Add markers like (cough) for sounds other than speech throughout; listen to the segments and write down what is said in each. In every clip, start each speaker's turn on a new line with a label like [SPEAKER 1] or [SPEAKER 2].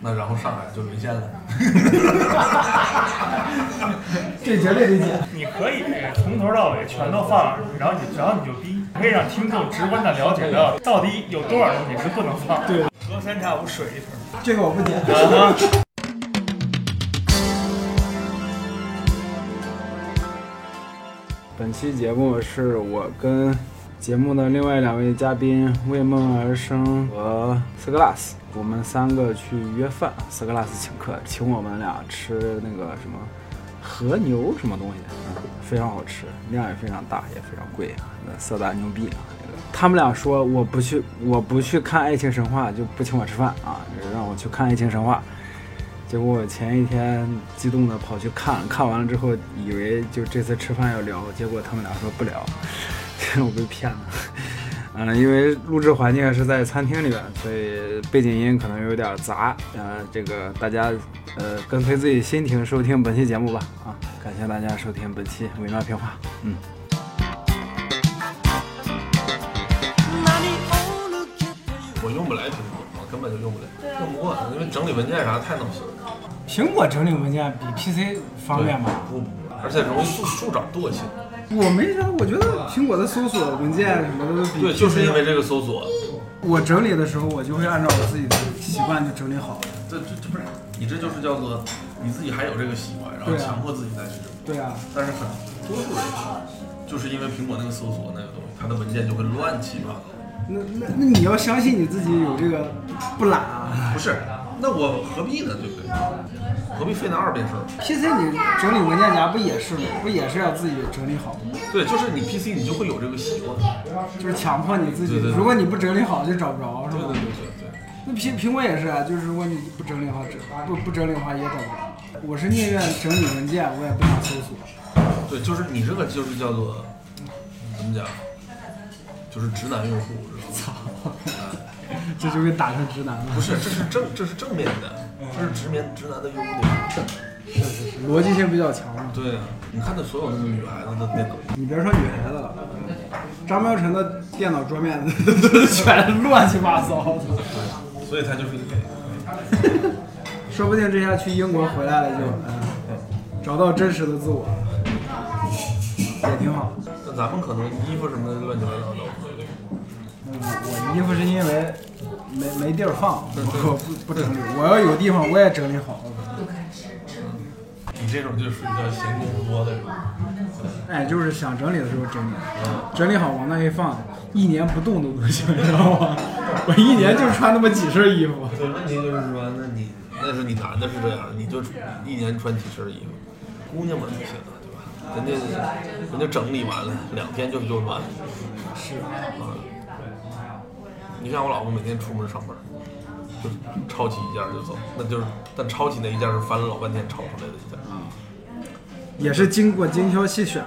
[SPEAKER 1] 那然后上海就沦陷了。
[SPEAKER 2] 这绝对理解。
[SPEAKER 3] 你可以从头到尾全都放，然后你只要你就逼，可以让听众直观的了解到到底有多少东西是不能放。
[SPEAKER 2] 对，
[SPEAKER 3] 隔三差五水一瓶。
[SPEAKER 2] 这个我不解。
[SPEAKER 3] 啊
[SPEAKER 4] 本期节目是我跟节目的另外两位嘉宾为梦而生和 s 格拉斯，我们三个去约饭 s 格拉斯请客，请我们俩吃那个什么和牛什么东西，嗯，非常好吃，量也非常大，也非常贵啊，那色达牛逼啊！这个他们俩说我不去，我不去看《爱情神话》，就不请我吃饭啊，让我去看《爱情神话》。结果我前一天激动的跑去看看完了之后，以为就这次吃饭要聊，结果他们俩说不聊， (laughs) 我被骗了。嗯，因为录制环境是在餐厅里面，所以背景音可能有点杂。呃，这个大家呃跟随自己心情收听本期节目吧。啊，感谢大家收听本期《微妙平话》。嗯。
[SPEAKER 1] 我用不来苹果，我根本就用不来，用不过，因为整理文件啥太闹心了，
[SPEAKER 2] 苹果整理文件比 PC 方便吧？
[SPEAKER 1] 不，而且容易助助长惰性。
[SPEAKER 2] 我没啥，我觉得苹果的搜索文件什么的都比
[SPEAKER 1] 对，就是因为嗯这个搜索，
[SPEAKER 2] 我整理的时候，我就会按照我自己的习惯就整理好了。
[SPEAKER 1] 这这这不是你这就是叫做你自己还有这个习惯，然后
[SPEAKER 2] 对啊
[SPEAKER 1] 强迫自己再去整理。
[SPEAKER 2] 对啊，
[SPEAKER 1] 但是很多数人就是因为苹果那个搜索那个东西，它的文件就会乱七八糟。
[SPEAKER 2] 那那那你要相信你自己有这个不懒啊。
[SPEAKER 1] 不是，那我何必呢？对不对？何必费那二遍事儿？
[SPEAKER 2] PC 你整理文件夹不也是吗？不也是要自己整理好吗？
[SPEAKER 1] 对，就是你 PC 你就会有这个习惯。
[SPEAKER 2] 就是强迫你自己
[SPEAKER 1] 对对，对
[SPEAKER 2] 如果你不整理好就找不着，是
[SPEAKER 1] 对对
[SPEAKER 2] 吧？
[SPEAKER 1] 对对对。
[SPEAKER 2] 那苹苹果也是啊，就是如果你不整理好，整不不整理的话也找不着。我是宁愿整理文件，我也不想搜索。
[SPEAKER 1] 对，就是你这个就是叫做怎么讲，就是直男用户，知道吗？
[SPEAKER 2] 这就给打成直男了。
[SPEAKER 1] 不是，这是正这是正面的，这是直面直男的优点。
[SPEAKER 2] 是是是，逻辑性比较强嘛。
[SPEAKER 1] 对啊，你看那所有那个女孩子的电脑，
[SPEAKER 2] 你别说女孩子了，张妙晨的电脑桌面 (laughs) 全是乱七八糟的，
[SPEAKER 1] 所以他就是一个 gay。
[SPEAKER 2] 说不定这下去英国回来了就，嗯，找到真实的自我， (laughs) 也挺好。嗯
[SPEAKER 1] 那咱们可能衣服什么的乱七八糟的无所谓。
[SPEAKER 2] 我衣服是因为没没地儿放，我不不整理。我要有地方，我也整理好。
[SPEAKER 1] 你这种就属于叫闲工夫多的人。嗯
[SPEAKER 2] 哎，就是想整理的时候整理，整理好往那一放，一年不动都能行，你知道吗？ (laughs) 我一年就穿那么几身衣服。
[SPEAKER 1] 对，问题就是说，那你那是你男的是这样，你就一年穿几身衣服，姑娘们不行啊，对吧？人家人家整理完了，两天就就完了。
[SPEAKER 2] 是，
[SPEAKER 1] 嗯，你看我老婆每天出门上班，就抄起一件就走，那就是，但抄起那一件是翻了老半天抄出来的一件，
[SPEAKER 2] 也是经过精挑细选。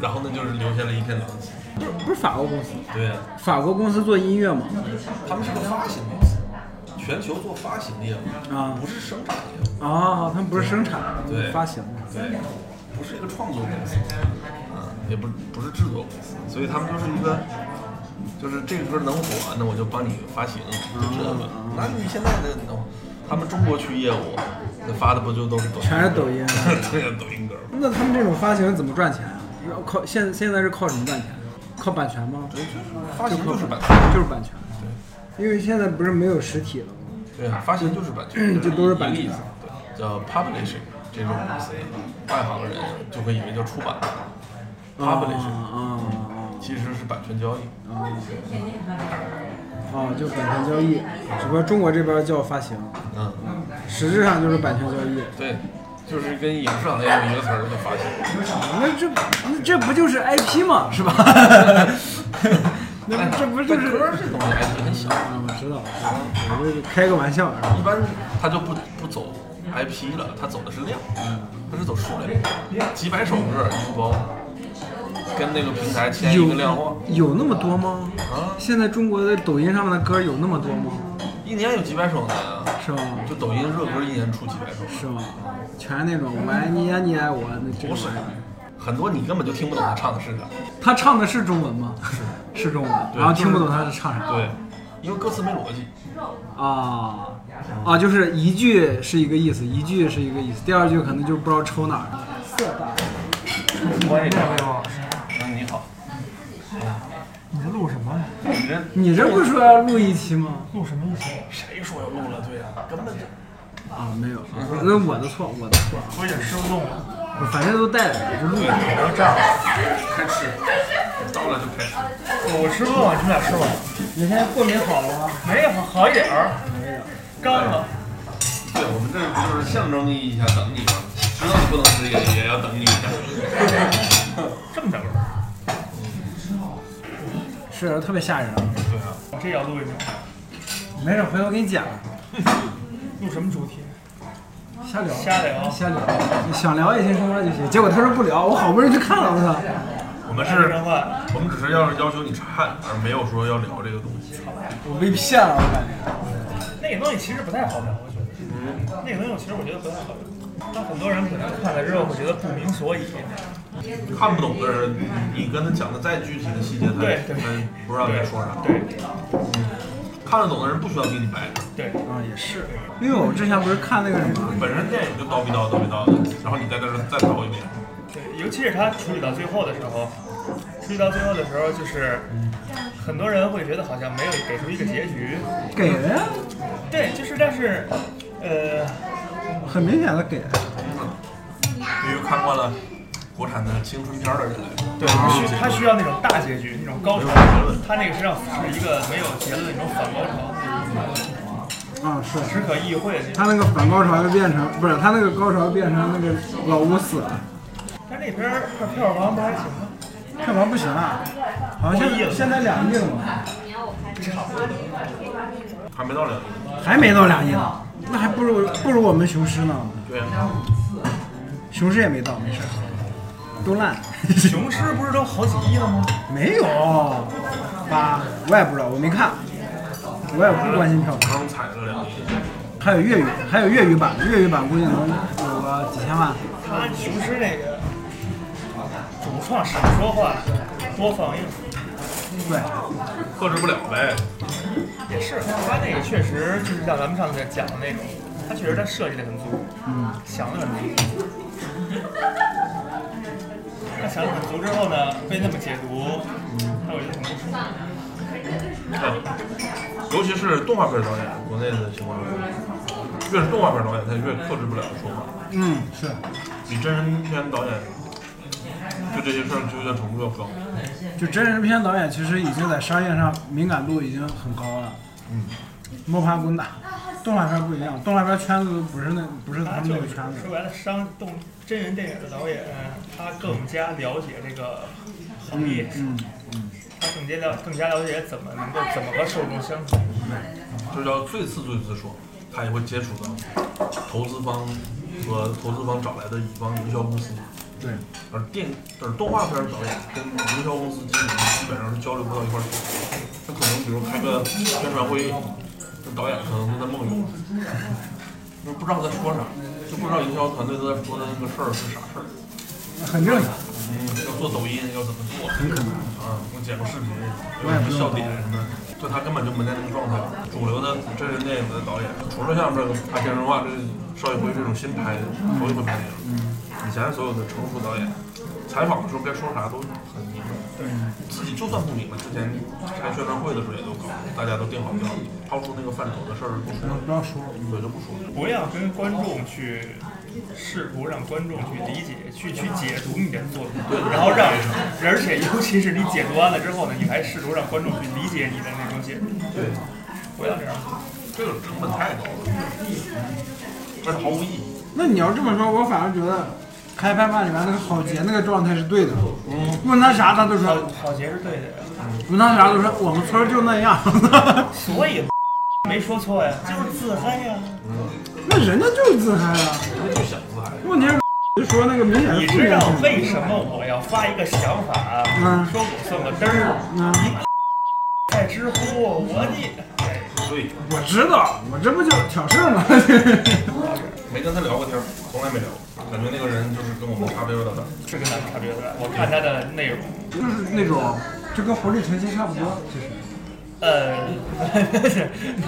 [SPEAKER 1] 然后那就是留下了一片狼藉。
[SPEAKER 2] 不是不是法国公司，
[SPEAKER 1] 对呀、
[SPEAKER 2] 法国公司做音乐嘛，
[SPEAKER 1] 嗯他们是个发行公司，全球做发行业务，
[SPEAKER 2] 啊
[SPEAKER 1] 不是生产业务，
[SPEAKER 2] 啊，他们不是生产，
[SPEAKER 1] 对
[SPEAKER 2] 发行的。
[SPEAKER 1] 对，不是一个创作公司，啊，也不不是制作公司，所以他们就是一个。就是这个歌能火，那我就帮你发行，就这个。
[SPEAKER 2] 嗯
[SPEAKER 1] 那你现在的，他们中国区业务，那发的不就都是抖音？
[SPEAKER 2] 全是抖音啊
[SPEAKER 1] (laughs) 对啊呀，抖音歌。
[SPEAKER 2] 那他们这种发行怎么赚钱啊？要靠现现在是靠什么赚钱？啊靠版权吗？
[SPEAKER 1] 发行就是版权，
[SPEAKER 2] 就是版权。啊因为现在不是没有实体了吗？
[SPEAKER 1] 对啊，发行就是版权，
[SPEAKER 2] 嗯这都是版权
[SPEAKER 1] 一个例子对，叫 publishing 这种公司，外行人就会以为叫出版，publishing
[SPEAKER 2] 啊啊
[SPEAKER 1] 其实是版权交易。
[SPEAKER 2] 啊！啊，就版权交易，只不过中国这边叫发行，
[SPEAKER 1] 嗯，
[SPEAKER 2] 实质上就是版权交易。
[SPEAKER 1] 对，就是跟影视行业有一个词儿叫发行。
[SPEAKER 2] 那这那这不就是 IP 吗？是吧？那不这不就是
[SPEAKER 1] 但哎歌儿这东西 IP 很小，
[SPEAKER 2] 啊，我知道，我这是开个玩笑，啊
[SPEAKER 1] 一般它就不不走 IP 了，它走的是量，它是走数量，几百首歌一包，跟那个平台签一个量化。
[SPEAKER 2] 有那么多吗？
[SPEAKER 1] 啊，
[SPEAKER 2] 现在中国的抖音上面的歌有那么多吗？
[SPEAKER 1] 一年有几百首呢？
[SPEAKER 2] 是吗？
[SPEAKER 1] 就抖音热歌一年出几百首，
[SPEAKER 2] 是吗？全是那种我爱你呀，啊你爱我，那这
[SPEAKER 1] 不
[SPEAKER 2] 种
[SPEAKER 1] 是
[SPEAKER 2] 玩意儿。
[SPEAKER 1] 很多你根本就听不懂他唱的是啥，
[SPEAKER 2] 他唱的是中文吗？是中文，
[SPEAKER 1] 对
[SPEAKER 2] 然后听不懂他是唱啥
[SPEAKER 1] 对，因为歌词没逻辑，
[SPEAKER 2] 啊？啊，就是一句是一个意思，一句是一个意思，第二句可能就不知道抽哪儿了。
[SPEAKER 3] 我也这样。
[SPEAKER 1] 那你好，
[SPEAKER 3] 你在录什么？
[SPEAKER 1] 你这
[SPEAKER 2] 你这不是说要录一期吗？
[SPEAKER 3] 录什么意思？
[SPEAKER 1] 谁说要录了？对呀、根本就
[SPEAKER 2] 啊，没有，那我的错，我的错，
[SPEAKER 3] 我也吃不动了。
[SPEAKER 2] 我反正都带着呢，就录了。
[SPEAKER 3] 然后这样，
[SPEAKER 1] 开吃，到了就开吃。
[SPEAKER 3] 我吃不动了，你们俩吃吧。
[SPEAKER 2] 你现在过敏好了吗？
[SPEAKER 3] 没有，好一点儿。干了。
[SPEAKER 1] 对我们这不就是象征意义下等你吗？知道你不能吃也也要等你一下。
[SPEAKER 3] 这么点儿。
[SPEAKER 2] 是特别吓人啊，
[SPEAKER 1] 对啊，
[SPEAKER 3] 我这也要录一遍。
[SPEAKER 2] 没事，回头给你剪了。
[SPEAKER 3] 录什么主题？
[SPEAKER 2] 瞎聊，
[SPEAKER 3] 瞎聊
[SPEAKER 2] 瞎聊，你想聊也行，说聊就行。结果他说不聊，我好不容易去看了，我操！
[SPEAKER 1] 我们
[SPEAKER 3] 这
[SPEAKER 1] 是，
[SPEAKER 3] 张饭。
[SPEAKER 1] 我们只是要要求你查看，而没有说要聊这个东西。
[SPEAKER 2] 我被骗了，我感觉。
[SPEAKER 3] 那个东西其实不太好聊，我觉得。那个东西其实我觉得不太好聊。但很多人可能看了之后会觉得不明所以。
[SPEAKER 1] 看不懂的人，你跟他讲的再具体的细节，他
[SPEAKER 3] 对对
[SPEAKER 1] 他不知道该说啥。嗯
[SPEAKER 3] 对
[SPEAKER 1] 看得懂的人不需要给你掰扯，
[SPEAKER 3] 对，
[SPEAKER 2] 啊，也是，因为我之前不是看那个什么，
[SPEAKER 1] 本身电影就叨逼叨叨逼叨的，然后你在这儿再叨一遍。
[SPEAKER 3] 对，尤其是他处理到最后的时候，处理到最后的时候，就是很多人会觉得好像没有给出一个结局。
[SPEAKER 2] 给了呀，
[SPEAKER 3] 对，就是但是，呃，
[SPEAKER 2] 很明显的给了。
[SPEAKER 1] 对于看惯了国产的青春片儿的人来说，
[SPEAKER 3] 对，需他需要那种大结局，那种高潮
[SPEAKER 1] 没有结论，
[SPEAKER 3] 他那个实际上是一个没有结论的那种反高潮，
[SPEAKER 2] 啊，是。
[SPEAKER 3] 只可意会的那种。
[SPEAKER 2] 他那个反高潮就变成不是他那个高潮变成那个老吴死了，
[SPEAKER 3] 但那边儿票房不还行吗？
[SPEAKER 2] 票房不行啊，好像现在现在两亿了嘛，
[SPEAKER 1] 还没到两亿。
[SPEAKER 2] 还没到两亿呢，那还不如不如我们雄狮呢，
[SPEAKER 1] 对呀、
[SPEAKER 2] 雄狮也没到，没事儿，都烂了，
[SPEAKER 3] 雄狮不是都好几亿了吗？
[SPEAKER 2] 没有八，我也不知道，我没看，我也不关心票房，
[SPEAKER 1] 刚踩了两亿，
[SPEAKER 2] 还有粤语，还有粤语版，粤语版估计能有个几千万，
[SPEAKER 3] 他雄狮那个主创少说话，多放映
[SPEAKER 2] 对，
[SPEAKER 1] 克制不了呗。
[SPEAKER 3] 也是。他那个确实就是像咱们上次讲的那种，他确实他设计的很足，嗯，想的很足。他想的很足之后呢，被那么解读，
[SPEAKER 2] 嗯
[SPEAKER 3] 他我觉得很不舒服。
[SPEAKER 1] 对，尤其是动画片导演，国内的情况是，越是动画片导演，他越克制不了说话，
[SPEAKER 2] 嗯是，
[SPEAKER 1] 比真人片导演对这些事儿纠结程度要高。
[SPEAKER 2] 就真人片导演其实已经在商业上敏感度已经很高了。嗯，摸爬滚打，动画片不一样，动画片圈子不是那不是他
[SPEAKER 3] 他
[SPEAKER 2] 们
[SPEAKER 3] 就
[SPEAKER 2] 那
[SPEAKER 3] 是
[SPEAKER 2] 个圈子
[SPEAKER 3] 说。白了，商动真人电影的导演，他更加了解这个行业，
[SPEAKER 2] 嗯，
[SPEAKER 3] 他更加了更加了解怎么能够怎么和受众相处。
[SPEAKER 1] 这叫最次最次说，他也会接触到投资方和投资方找来的乙方营销公司，
[SPEAKER 2] 对，
[SPEAKER 1] 而电而动画片导演跟营销公司基本基本上是交流不到一块儿去。他可能比如开个宣传会议，这导演可能都在梦游，就不知道在说啥，就不知道营销团队都在说的那个事儿是啥事儿。
[SPEAKER 2] 很正常。
[SPEAKER 1] 嗯，要做抖音要怎么做？很可能啊，我剪过视频，有
[SPEAKER 2] 也
[SPEAKER 1] 什么
[SPEAKER 2] 不用
[SPEAKER 1] 笑点什么，就他根本就没在那个状态。主流的真人电影的导演，除了像这个大田文化、这邵艺辉这种新拍的头一回拍电影，以前所有的成熟导演，采访的时候该说啥都很明白。对，自己就算不明白，之前开宣传会的时候也都搞，大家都定好调，抛出那个范畴的事儿不说，
[SPEAKER 2] 不要说，
[SPEAKER 1] 对就不说。
[SPEAKER 3] 不要跟观众去试图让观众去理解、去去解读你的作品，然后让，而且尤其是你解读完了之后呢，你还试图让观众去理解你的那种解读，
[SPEAKER 1] 对，
[SPEAKER 3] 不要这样。
[SPEAKER 1] 这个成本太高了，而且毫无意义。
[SPEAKER 2] 那你要这么说，我反而觉得《开拍吧》里面那个郝杰那个状态是对的。问他啥他都
[SPEAKER 3] 好
[SPEAKER 2] 说，
[SPEAKER 3] 好杰是对的呀。
[SPEAKER 2] 问他啥都说，我们村儿就那样。 (laughs)
[SPEAKER 3] 所以 (laughs) 没说错呀，就是自嗨呀。
[SPEAKER 2] 那人家就是自嗨啊。
[SPEAKER 1] 那就想自嗨。
[SPEAKER 2] 问题是，就说那个明显
[SPEAKER 3] 你
[SPEAKER 2] 是负
[SPEAKER 3] 知
[SPEAKER 2] 面
[SPEAKER 3] 道
[SPEAKER 2] 情绪。
[SPEAKER 3] 为什么我要发一个想法，
[SPEAKER 2] 嗯
[SPEAKER 3] 说我算个嘚儿，
[SPEAKER 2] 嗯，
[SPEAKER 3] 在知乎我你，哎
[SPEAKER 1] 对，
[SPEAKER 2] 我知道，我这不就挑事 (laughs) 儿吗？
[SPEAKER 1] 没跟他聊过天儿，从来没聊过，感觉那个人就是跟我们差别有点大。
[SPEAKER 3] 是跟咱们差别的。我看他的内容，
[SPEAKER 2] 就是那种，就跟活力晨曦差不多，其实
[SPEAKER 3] 呃，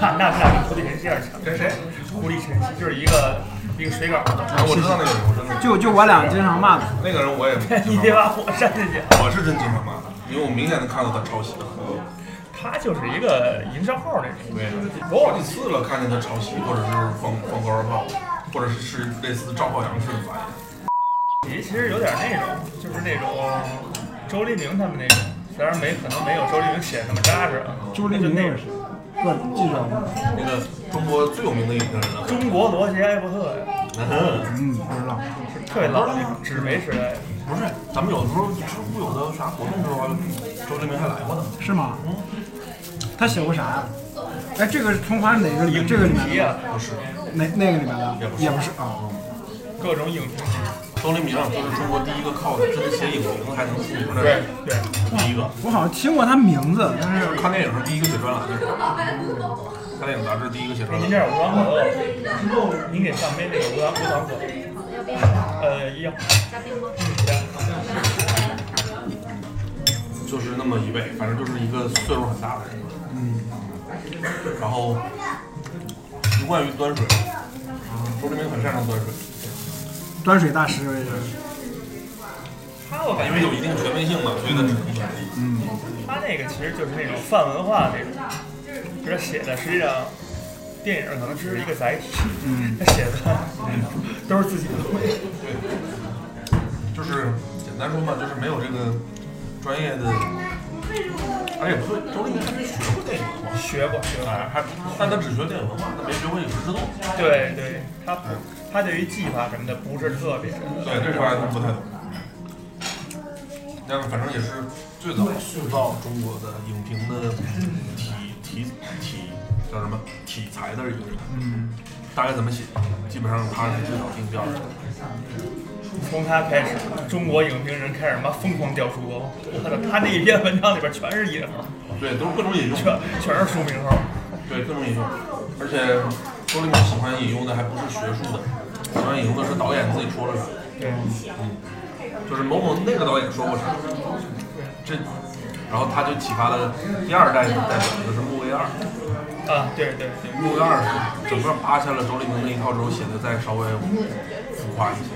[SPEAKER 3] 那那那狐狸神仙儿强，
[SPEAKER 1] 跟谁？
[SPEAKER 3] 狐狸神仙就是一个一个水稿的，
[SPEAKER 1] 啊，我知道那个人，我知道那个人
[SPEAKER 2] 就就我俩经常骂他，
[SPEAKER 1] 那个人 (laughs) 我也
[SPEAKER 3] (laughs) 你别把火扇进去。
[SPEAKER 1] 我是真经常骂他，因为我明显能看到他抄袭了。
[SPEAKER 3] (laughs) 他就是一个营销号那种，
[SPEAKER 1] 对，我好几次了，看见他抄袭，或者是放放高烧炮，或者是类似赵浩阳式的发言。
[SPEAKER 3] 其实有点那种，就是那种周黎明他们那种，当然没可能没有周黎明写的那么扎实啊。
[SPEAKER 2] 朱丽明也是，不是记者，
[SPEAKER 1] 那个中国最有名的影评人了，
[SPEAKER 3] 中国罗杰埃伯特呀，
[SPEAKER 2] 嗯，不知道，
[SPEAKER 3] 是特别老那种纸媒时代。
[SPEAKER 1] 不是，咱们有的时候知乎有的啥活动时候，啊周黎明还来过呢。
[SPEAKER 2] 是吗？他写过啥呀？哎，这个是从华是哪个里面？ (laughs) 这个里
[SPEAKER 3] 题
[SPEAKER 2] 面
[SPEAKER 3] 啊
[SPEAKER 2] 的，
[SPEAKER 1] 不是，
[SPEAKER 2] 哪那个里面的？
[SPEAKER 1] 也不是
[SPEAKER 2] 也不是啊。
[SPEAKER 3] 各种影评。
[SPEAKER 1] 周黎明就是中国第一个靠真的写影评还能出名的
[SPEAKER 3] 对
[SPEAKER 1] 人，
[SPEAKER 3] 对，
[SPEAKER 1] 第一个。
[SPEAKER 2] 我好像听过他名字，但是
[SPEAKER 1] 就是看电影是第一个写专栏的人，看电影杂志第一个写专栏。
[SPEAKER 3] 您这儿有无糖可乐，您给上杯那个无糖无糖可乐。呃，一样。
[SPEAKER 1] 就是那么一位，反正就是一个岁数很大的人。嗯，然后习惯于端水，周黎明很擅长端水，
[SPEAKER 2] 端水大师，
[SPEAKER 3] 他我感
[SPEAKER 1] 因
[SPEAKER 3] 觉
[SPEAKER 1] 为有一定权威性嘛，所以他只能选择一。
[SPEAKER 3] 他那个其实就是那种泛文化那种，就是他写的实际上电影可能只是一个载体，他写的都是自己的东西。
[SPEAKER 1] 嗯就是简单说嘛，就是没有这个专业的，而且不对，周黎明还没学过电影文化，
[SPEAKER 3] 学过学过，
[SPEAKER 1] 哎，还但他只学电影文化，他没学过影视制作。
[SPEAKER 3] 对对，他不他对于技法什么的不是特别的，
[SPEAKER 1] 对，这块他不太懂。但是反正也是最早塑造中国的影评的体体体叫什么体裁的一个人。嗯，大概怎么写，基本上他是最早定调的。
[SPEAKER 3] 从他开始，中国影评人开始他妈疯狂掉书包，我操，他那一篇文章里边全是引号，
[SPEAKER 1] 对，都是各种引用，
[SPEAKER 3] 全全是书名号。
[SPEAKER 1] 对，各种引用。而且周黎明喜欢引用的还不是学术的，喜欢引用的是导演自己说了啥。嗯
[SPEAKER 3] 对，
[SPEAKER 1] 就是某某那个导演说过啥，这，然后他就启发了第二代的代表，就是木卫二。
[SPEAKER 3] 啊，对对对，
[SPEAKER 1] 木卫二是整个扒下了周黎明那一套之后写的再稍微浮夸一些，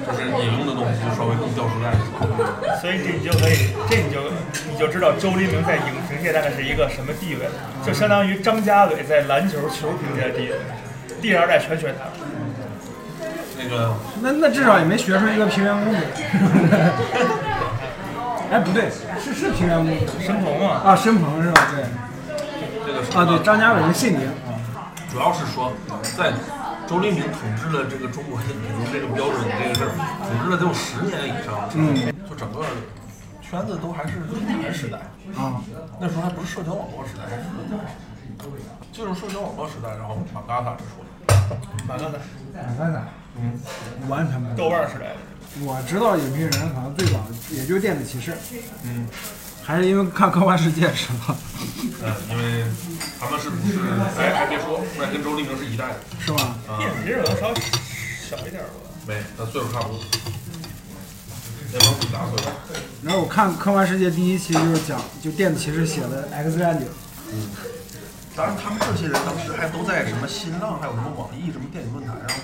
[SPEAKER 1] 就是引用的东西就稍微更掉书袋一些。
[SPEAKER 3] 所以这你就可以，这你就你就知道周黎明在影评界大概是一个什么地位了，就相当于张家伟在篮球球评界的地位，第二代全选他。
[SPEAKER 1] 那个
[SPEAKER 2] 那那至少也没学出一个平原
[SPEAKER 1] (laughs)
[SPEAKER 2] 公主。哎，不对，是是平原公主
[SPEAKER 3] 申鹏嘛，
[SPEAKER 2] 啊，申鹏是吧？对，
[SPEAKER 1] 这个是
[SPEAKER 2] 啊对，张家伟跟谢宁，
[SPEAKER 1] 主要是说在周黎明统治了这个中国的比如这个标准这个事儿，统治了得有十年以上，
[SPEAKER 2] 嗯，
[SPEAKER 1] 就整个圈子都还是论坛时代。
[SPEAKER 2] 啊，
[SPEAKER 1] 那时候还不是社交网络时代，是论坛时代就是社交网络时代，然后把嘎嘎就出来了。
[SPEAKER 3] 马格的
[SPEAKER 2] 哪个哪？
[SPEAKER 1] 嗯，
[SPEAKER 2] 完全没有。
[SPEAKER 3] 豆瓣时代的，
[SPEAKER 2] 我知道影评人可能最早也就是电子骑士，
[SPEAKER 1] 嗯，
[SPEAKER 2] 还是因为看《科幻世界》知道，
[SPEAKER 1] 呃，因为他们是不是？哎，还别说，那跟周黎明是一代的。
[SPEAKER 2] 是吧？
[SPEAKER 1] 啊，
[SPEAKER 3] 电子其实可能稍微小一点吧。
[SPEAKER 1] 没，他岁数差不多。那帮比大岁数。
[SPEAKER 2] 然后我看《科幻世界》第一期就是讲就电子骑士写的 X 战警，
[SPEAKER 1] 当然，他们这些人当时还都在什么新浪，还有什么网易、什么电影论坛上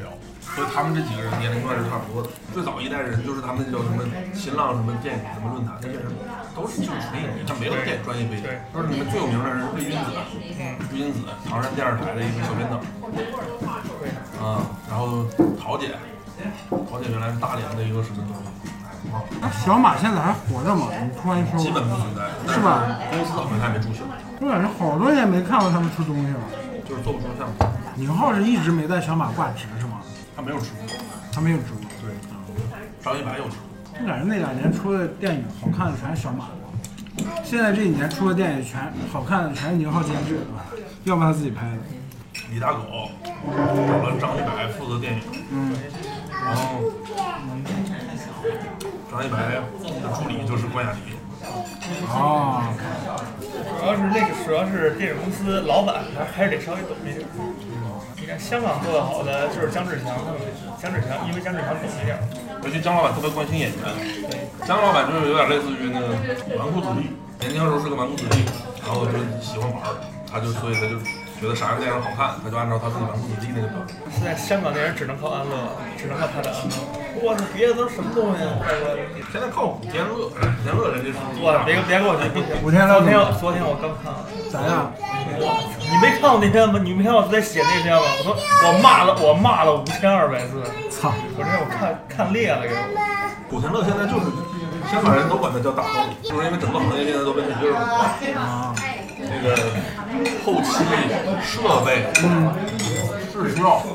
[SPEAKER 1] 聊，所以他们这几个人年龄段是差不多的。最早一代人就是他们那叫什么新浪、什么电影、什么论坛那些人，都是就是纯影迷，他没有电影专业背景
[SPEAKER 3] 对。嗯
[SPEAKER 1] 都是你们最有名的人是魏君子，魏君子，唐山电视台的一个小编导。啊、然后陶姐，陶姐原来是大连的一个什么东西，哎，忘了，
[SPEAKER 2] 那啊小马现在还活着吗？你突然一说，
[SPEAKER 1] 基本不存在，但
[SPEAKER 2] 是吧？
[SPEAKER 1] 公司好像还没注销，
[SPEAKER 2] 我感觉好多年没看过他们出东西了。
[SPEAKER 1] 就是做不出项目，
[SPEAKER 2] 宁浩是一直没在小马挂职是吗？
[SPEAKER 1] 他没有直播，
[SPEAKER 2] 他没有直播。
[SPEAKER 1] 对，张一白有直播。
[SPEAKER 2] 我感觉那两年出的电影好看的全是小马，现在这几年出的电影全好看的全是宁浩监制的，要么他自己拍的。
[SPEAKER 1] 李大狗找了张一白负责电影，
[SPEAKER 2] 嗯，
[SPEAKER 1] 然后张一白的助理就是关雅迪，
[SPEAKER 2] 哦，
[SPEAKER 3] 主要是那个，主要是电影公司老板还还是得稍微懂一点。你看香港做得好的就是姜志强他们，姜志强因为姜志强懂一点，
[SPEAKER 1] 而且姜老板特别关心演员，姜老板就是有点类似于那个纨绔子弟，年轻的时候是个纨绔子弟，然后就喜欢玩儿，他就所以他就觉得啥样的电影好看，他就按照他自己玩自己那个标准。
[SPEAKER 3] 现在香港电影只能靠安乐，只能靠他的安乐。我操，别的都是什么东西啊？我
[SPEAKER 1] 现在靠古天乐，古天乐人家是
[SPEAKER 3] 我别别跟我提
[SPEAKER 2] 古天乐
[SPEAKER 3] 昨天我昨天我刚看了，
[SPEAKER 2] 咋样？
[SPEAKER 3] 你没看我那篇吗？你没看我在写那篇吗？我说我骂了，我骂了五千二百字，
[SPEAKER 2] 操！
[SPEAKER 3] 我这我看看裂了给我。
[SPEAKER 1] 古天乐现在就是香港人都管他叫大亨，就是因为整个行业现在都被他就是那个后期设备、制造、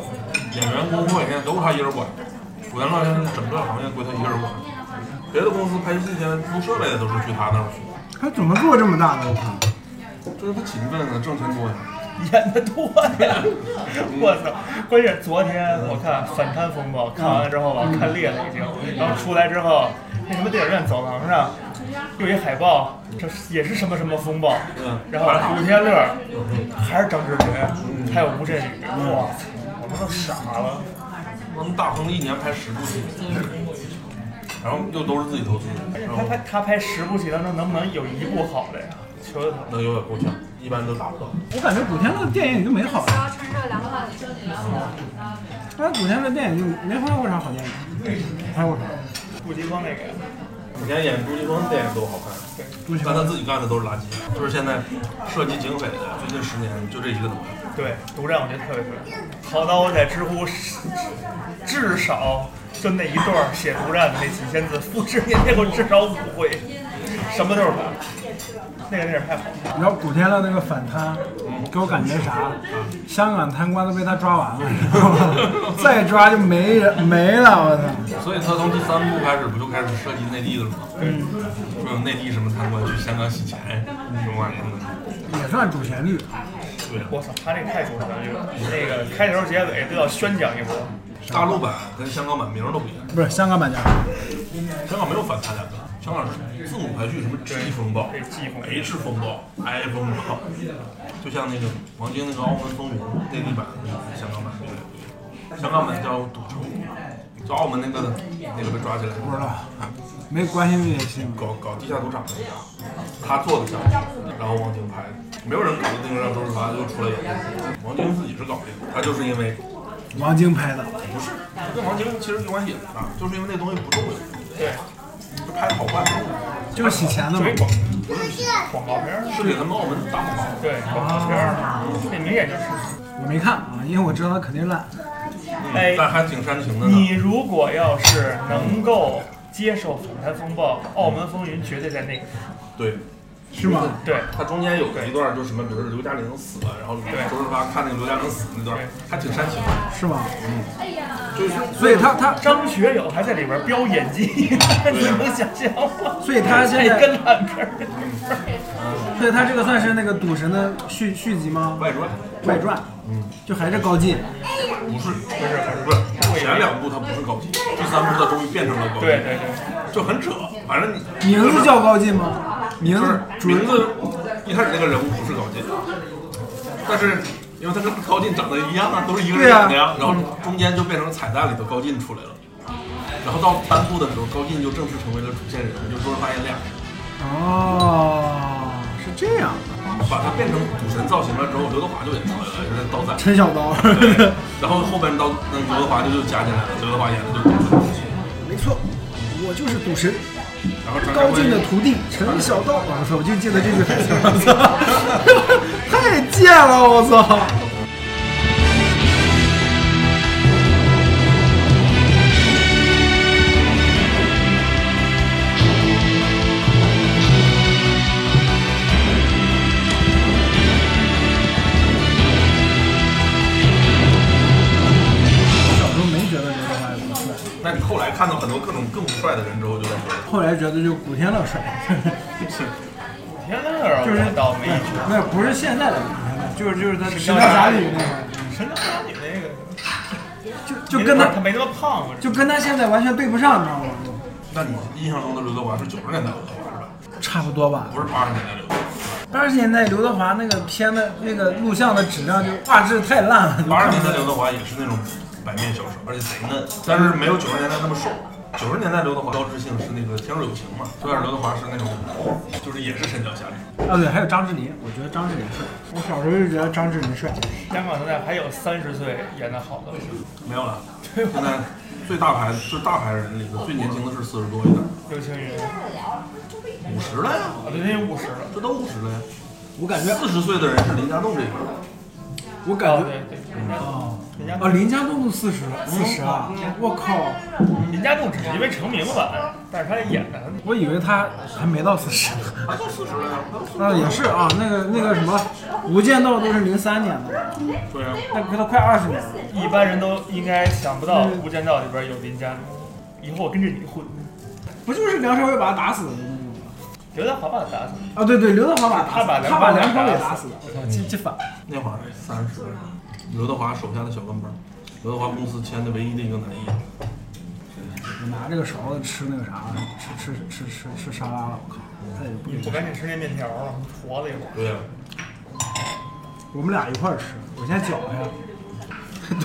[SPEAKER 1] 演员工会现在都他一人管，古天乐现在是整个行业归他一个人管，别的公司拍戏现在租设备的都是去他那儿去，
[SPEAKER 2] 他怎么做这么大的？我靠！
[SPEAKER 1] 就是他勤奋啊，挣钱多呀。
[SPEAKER 3] 演的多呀！ (laughs) 我操！关键昨天我看《反贪风暴》，看完了之后吧，看裂了已经。然后出来之后，那什么电影院走廊上有一海报，这是也是什么什么风暴。
[SPEAKER 1] 嗯
[SPEAKER 3] 然后古天乐，还是张智霖，还有吴镇宇。哇操！我他妈都傻了。
[SPEAKER 1] 他们大亨一年拍十部戏，然后又都是自己投资，
[SPEAKER 3] 而且
[SPEAKER 1] 然
[SPEAKER 3] 他
[SPEAKER 1] 后
[SPEAKER 3] 他他拍十部戏当中，能不能有一部好的呀？求求他！
[SPEAKER 1] 那有点够呛，一般都达不到。
[SPEAKER 2] 我感觉古天乐的电影就没好，
[SPEAKER 5] 要趁热凉快。
[SPEAKER 2] 但是古天乐电影就没拍过啥好电影，拍过啥？
[SPEAKER 3] 顾吉光那个呀，
[SPEAKER 1] 以前演朱继光的电影都好看，
[SPEAKER 2] 朱启
[SPEAKER 1] 但
[SPEAKER 2] 光
[SPEAKER 1] 他自己干的都是垃圾。就是现在涉及警匪的，最近十年就这一个东西。
[SPEAKER 3] 对独占我觉得特别特别好。好到我在知乎至少就那一段儿写独占的那几千字，复制粘贴过至少五回，什么都是他。那个电影太好了，
[SPEAKER 2] 你知道古天乐那个反贪，给我感觉啥？香港贪官都被他抓完了，你知道吗？再抓就没人没了，我操！
[SPEAKER 1] 所以他从第三部开始不就开始涉及内地的了吗？嗯，说有内地什么贪官去香港洗钱什么玩意儿的。
[SPEAKER 2] 也算主旋律。
[SPEAKER 1] 对啊，
[SPEAKER 3] 我操，他这太主旋律了，那个开头结尾都要宣讲一波。
[SPEAKER 1] 大陆版跟香港版名儿都不一样，
[SPEAKER 2] 不是香港版家，
[SPEAKER 1] 香港没有反贪两个，香港是字母排序，什么 G 风暴
[SPEAKER 3] 对，G 风暴、
[SPEAKER 1] H 风暴、I 风暴，就像那个王晶那个《澳门风云》内地版跟香港版不一样，香港版叫赌城，就澳门那个那个被抓起来，
[SPEAKER 2] 不知道，啊没关心这些新闻。
[SPEAKER 1] 搞搞地下赌场的，他做的项目，然后王晶拍的，没有人搞得定让周润发就出来演的，王晶自己是搞定的，他就是因为
[SPEAKER 2] 王晶拍的，
[SPEAKER 1] 不是他跟王晶其实关系也不大，就是因为那东西不重要，
[SPEAKER 3] 对，
[SPEAKER 1] 就拍的好坏
[SPEAKER 2] 就是洗钱的嘛
[SPEAKER 3] 没。广不是广告片儿，
[SPEAKER 1] 是给咱们澳门打广告，
[SPEAKER 3] 对广告片儿，那明显就是。
[SPEAKER 2] 我没看啊，因为我知道他肯定烂。
[SPEAKER 3] 哎
[SPEAKER 1] 但还挺煽
[SPEAKER 2] 嗯
[SPEAKER 1] 情的呢。
[SPEAKER 3] 你如果要是能够接受反贪风暴，澳门风云绝对在那个。
[SPEAKER 1] 对，
[SPEAKER 2] 嗯是吗？
[SPEAKER 3] 对，
[SPEAKER 1] 他中间有一段就是什么，比如说刘嘉玲死了，然后周润发看那个刘嘉玲死那段，还挺煽情的，
[SPEAKER 2] 是吗？
[SPEAKER 1] 就是
[SPEAKER 2] 所以他他，
[SPEAKER 3] 张学友还在里边飙演
[SPEAKER 2] (laughs)
[SPEAKER 3] 技，你能想象吗？
[SPEAKER 2] 所以他现
[SPEAKER 3] 这
[SPEAKER 2] 在嗯
[SPEAKER 3] 跟烂片儿，
[SPEAKER 2] 所以他这个算是那个赌神的续续集吗？
[SPEAKER 1] 外传。
[SPEAKER 2] 外传，就还是高进。
[SPEAKER 1] 不是，不是，不是，前两部它不是高级，第三部它终于变成了高级，
[SPEAKER 3] 对对对，
[SPEAKER 1] 就很扯。反正你
[SPEAKER 2] 名字叫高进吗？名
[SPEAKER 1] 就
[SPEAKER 2] 字
[SPEAKER 1] 是
[SPEAKER 2] 主
[SPEAKER 1] 名字一开始那个人物不是高进，但是因为他跟高进长得一样啊，都是一个人
[SPEAKER 2] 对啊
[SPEAKER 1] 演的呀，然后中间就变成彩蛋里头高进出来了，然后到单部的时候，高进就正式成为了主线人物，就周润发演俩，
[SPEAKER 2] 哦，是这样的。
[SPEAKER 1] 把他变成赌神造型了之后，刘德华就演出来了，就是刀仔。
[SPEAKER 2] (laughs) 陈小刀，
[SPEAKER 1] 对然后后边到那刘德华就又加进来了，刘德华演的就是赌神，
[SPEAKER 2] 没错，我就是赌神，
[SPEAKER 1] 然后张家
[SPEAKER 2] 高
[SPEAKER 1] 辉
[SPEAKER 2] 进的徒弟陈小刀。我操，我就记得这句台词，我操， (laughs) 太贱了，我操！小时候没觉得刘德华有多帅。
[SPEAKER 1] 那你后来看到很多各种更帅的人之后，就在说，
[SPEAKER 2] 后来觉得就古天乐帅，
[SPEAKER 3] 天乐
[SPEAKER 2] 就是
[SPEAKER 3] 我倒霉一圈。
[SPEAKER 2] (laughs) 那不是现在的古天乐，就是就是他《神
[SPEAKER 3] 神雕
[SPEAKER 2] 雕侠
[SPEAKER 3] 侠
[SPEAKER 2] 侣
[SPEAKER 3] 侣》
[SPEAKER 2] 那个，
[SPEAKER 3] 神雕侠侣那个，
[SPEAKER 2] 就就跟他
[SPEAKER 3] 他没那么胖啊，
[SPEAKER 2] 就跟他现在完全对不上，你知道吗？
[SPEAKER 1] 那你印象中的刘德华是九十年代刘德华是吧？
[SPEAKER 2] 差不多吧。
[SPEAKER 1] 不是八十年代刘德华，
[SPEAKER 2] 八十年代刘德华那个片的那个录像的质量就画质太烂了， (laughs)
[SPEAKER 1] 八十年代刘德华也是那种白面小生，而且贼嫩，但是没有九十年代那么瘦。九十年代刘德华标志性是那个《天若有情》嘛，虽然刘德华是那种，就是也是神雕侠侣，
[SPEAKER 2] 啊，对，还有张智霖，我觉得张智霖帅。我小时候就觉得张智霖帅。
[SPEAKER 3] 香港现在还有三十岁演的好的，
[SPEAKER 1] 没有
[SPEAKER 2] (laughs)
[SPEAKER 1] 了。现在最大牌最大牌人里头最年轻的是四十多一点，
[SPEAKER 3] 刘青云啊，
[SPEAKER 1] 五十了呀，
[SPEAKER 3] 对，那五十了。
[SPEAKER 1] 这都五十了呀。
[SPEAKER 2] 我感觉，
[SPEAKER 1] 四十岁的人是林家栋这一块儿，
[SPEAKER 2] 我感
[SPEAKER 3] 哦，
[SPEAKER 2] 觉，
[SPEAKER 3] 对对，人家
[SPEAKER 2] 哦，
[SPEAKER 3] 人家
[SPEAKER 2] 啊，林家栋都四十了，四十啊！我靠，
[SPEAKER 3] 林家栋只是因为成名晚，但是他演的
[SPEAKER 2] 我以为他还没到四十呢。
[SPEAKER 1] 他都四十了呀。
[SPEAKER 2] 啊，也是啊， (laughs) 那个那个什么，《无间道》都是零三年的，
[SPEAKER 1] 对啊呀、
[SPEAKER 2] 那跟他快二十年了。
[SPEAKER 3] 一般人都应该想不到《无间道》里边有林家栋，以后我跟着你混。
[SPEAKER 2] 不就是梁朝伟把他打死的那种吗？
[SPEAKER 3] 刘德华把他打死，
[SPEAKER 2] 啊，对对，刘德华把
[SPEAKER 3] 他把
[SPEAKER 2] 打死他把梁
[SPEAKER 3] 梁朝
[SPEAKER 2] 朝
[SPEAKER 3] 伟
[SPEAKER 2] 伟
[SPEAKER 3] 打
[SPEAKER 2] 打
[SPEAKER 3] 死嗯
[SPEAKER 2] 死的，我操，记记反了。
[SPEAKER 1] 那会儿三十，刘德华手下的小跟班，刘德华公司签的唯一的一个男艺人。
[SPEAKER 2] 我拿这个勺子吃那个啥，吃吃吃吃吃沙拉了，我靠，再也不
[SPEAKER 3] 你不赶紧吃那面条啊，坨了一会儿。
[SPEAKER 1] 对呀、
[SPEAKER 2] 我们俩一块儿吃，我先搅一下。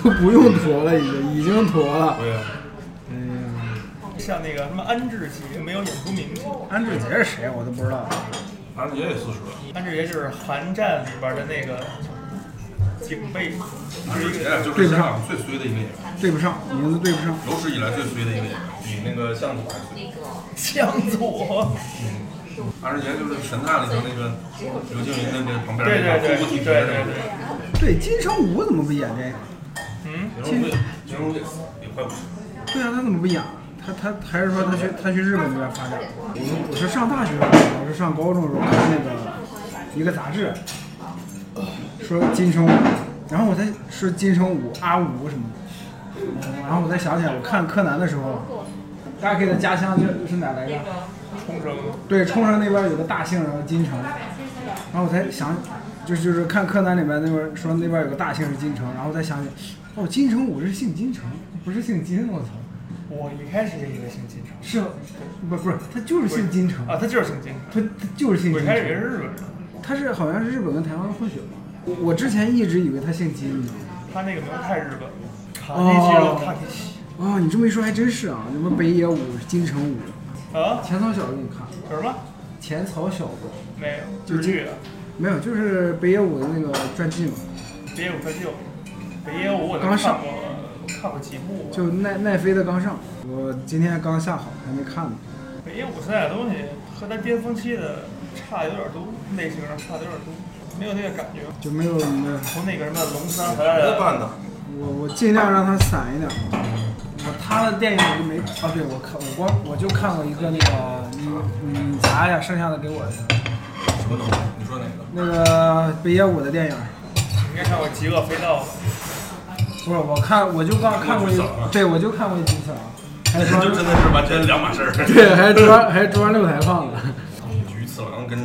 [SPEAKER 2] 都不用坨了，已经已经坨了。
[SPEAKER 1] 对呀、
[SPEAKER 2] 哎呀，
[SPEAKER 3] 像那个什么安志杰没有演出名气，
[SPEAKER 2] 安志杰是谁啊我都不知道。
[SPEAKER 1] 反正也得四十了。
[SPEAKER 3] 安志杰就是寒战里边的那个警备，就是一个
[SPEAKER 1] 就是香港最衰的一个演员，
[SPEAKER 2] 对不上，名字对不上。
[SPEAKER 1] 有史以来最衰的一个演员，比那个向佐还衰。
[SPEAKER 3] 向左。
[SPEAKER 1] 安世杰就是神探里头那个刘青云的那旁边
[SPEAKER 3] 对
[SPEAKER 1] 那个
[SPEAKER 3] 对对
[SPEAKER 1] 哭哭啼啼
[SPEAKER 3] 对对
[SPEAKER 1] 的
[SPEAKER 3] 对
[SPEAKER 1] 那个。，
[SPEAKER 2] 对，金城武怎么不演这个？
[SPEAKER 3] 嗯，
[SPEAKER 1] 金融金融也也快五十，
[SPEAKER 2] 对啊，他怎么不演了？他他还是说他去他去日本那边发展？我我是上大学的时候，我是上高中的时候看那个一个杂志，说金城武，然后我才说金城武、阿武什么的，嗯然后我才想起来，我看柯南的时候，大家可以的家乡就是哪来着？
[SPEAKER 3] 冲绳
[SPEAKER 2] 对，冲绳那边有个大姓，然后金城，然后我才想，就是就是看柯南里面那边说那边有个大姓是金城，然后我才想起，哦，金城武是姓金城，不是姓金，我操，
[SPEAKER 3] 我一开始也以为姓金城
[SPEAKER 2] 是，不不是，他就是姓金城，
[SPEAKER 3] 啊，
[SPEAKER 2] 他
[SPEAKER 3] 他就是姓金城。
[SPEAKER 2] 他就是姓
[SPEAKER 3] 我一
[SPEAKER 2] 金
[SPEAKER 3] 开始以为
[SPEAKER 2] 城，
[SPEAKER 3] 是日本人，
[SPEAKER 2] 他是好像是日本跟台湾混血吧，我我之前一直以为他姓金，呢。
[SPEAKER 3] 他那个名字太日本了。卡尼基罗卡尼西
[SPEAKER 2] 哦，你这么一说还真是啊，什么北野武、金城武，
[SPEAKER 3] 啊，
[SPEAKER 2] 浅草小子你看，
[SPEAKER 3] 有什么？
[SPEAKER 2] 浅草小子
[SPEAKER 3] 没有，日剧的。啊
[SPEAKER 2] 没有，就是北野武的那个传记嘛，
[SPEAKER 3] 北野武快救，北野武我都
[SPEAKER 2] 刚
[SPEAKER 3] 看
[SPEAKER 2] 上
[SPEAKER 3] 过，我看过几部。
[SPEAKER 2] 就奈奈飞的刚上，我今天刚下好，还没看呢。
[SPEAKER 3] 北野武现在的东西和他巅峰期的差有点多，类型上差的有点多，没有那个感觉。
[SPEAKER 2] 就没有你的，
[SPEAKER 3] 从那个什么龙三回来
[SPEAKER 1] 谁
[SPEAKER 3] 的，
[SPEAKER 1] 办的？
[SPEAKER 2] 我我尽量让它散一点。我他的电影我就没啊，对我看我光我就看过一个那个，你你查一下，剩下的给我一下。
[SPEAKER 1] 什么东西？你说哪个？ (laughs)
[SPEAKER 2] 那个北野武的电影，
[SPEAKER 3] 你应该看过《极恶飞刀》吧？
[SPEAKER 2] 不是我看我就刚看过一
[SPEAKER 1] 我就扫了，
[SPEAKER 2] 对我就看过一集啊，还
[SPEAKER 1] 这
[SPEAKER 2] 是
[SPEAKER 1] (laughs) 就真的是完全两码事 (laughs) 儿。
[SPEAKER 2] 对，还是中央还是中央六台放的。
[SPEAKER 1] 菊次郎跟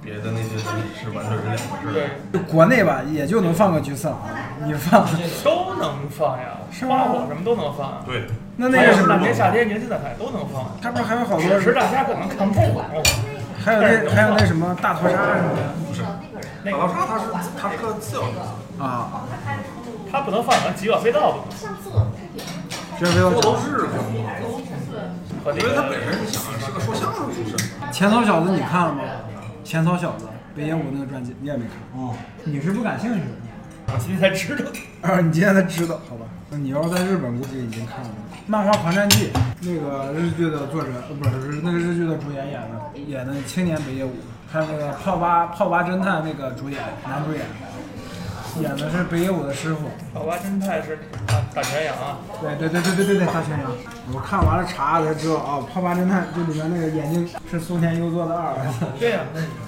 [SPEAKER 1] 别的那些东西是完全是两回事
[SPEAKER 3] 对
[SPEAKER 1] 儿。，
[SPEAKER 2] 就国内吧，也就能放个橘色啊，你放
[SPEAKER 3] 都能放呀，花火什么都能放。
[SPEAKER 1] 对，
[SPEAKER 2] 那那个什
[SPEAKER 3] 大
[SPEAKER 2] 么，
[SPEAKER 3] 年夏天、年轻的海都能放，
[SPEAKER 2] 他不是还有好多
[SPEAKER 3] 只是大家可能看不太懂。
[SPEAKER 2] 还有那还有那什么大逃杀什么的
[SPEAKER 1] 不是
[SPEAKER 3] 那
[SPEAKER 1] 大
[SPEAKER 3] 个
[SPEAKER 1] 逃杀，它是它是个次要因素，
[SPEAKER 2] 啊，
[SPEAKER 3] 他不能放，咱《极恶飞刀》不能
[SPEAKER 2] 绝非要
[SPEAKER 1] 这
[SPEAKER 2] 讲
[SPEAKER 1] 都。是恐怖片，
[SPEAKER 3] 和那
[SPEAKER 1] 因为它本
[SPEAKER 3] 个
[SPEAKER 1] 身你想啊是个说相声出身。
[SPEAKER 2] 浅草小子你看了吗？浅草小子北野武那个传记你也没看哦，你是不感兴趣
[SPEAKER 3] 我今天才知道。
[SPEAKER 2] 啊？你今天才知道，好吧？那你要是在日本，估计已经看了。漫画《狂战记》那个日剧的作者，呃不是是那个日剧的主演演的，演的青年北野武，还有那个泡吧泡吧侦探那个主演男主演，演的是北野武的师傅。
[SPEAKER 3] 宝娃侦探是大大全羊啊，
[SPEAKER 2] 对对对对对对对，大宣扬。我看完了查才知道啊，泡吧侦探这里面那个眼睛是松田优作的二儿子，
[SPEAKER 3] 对呀、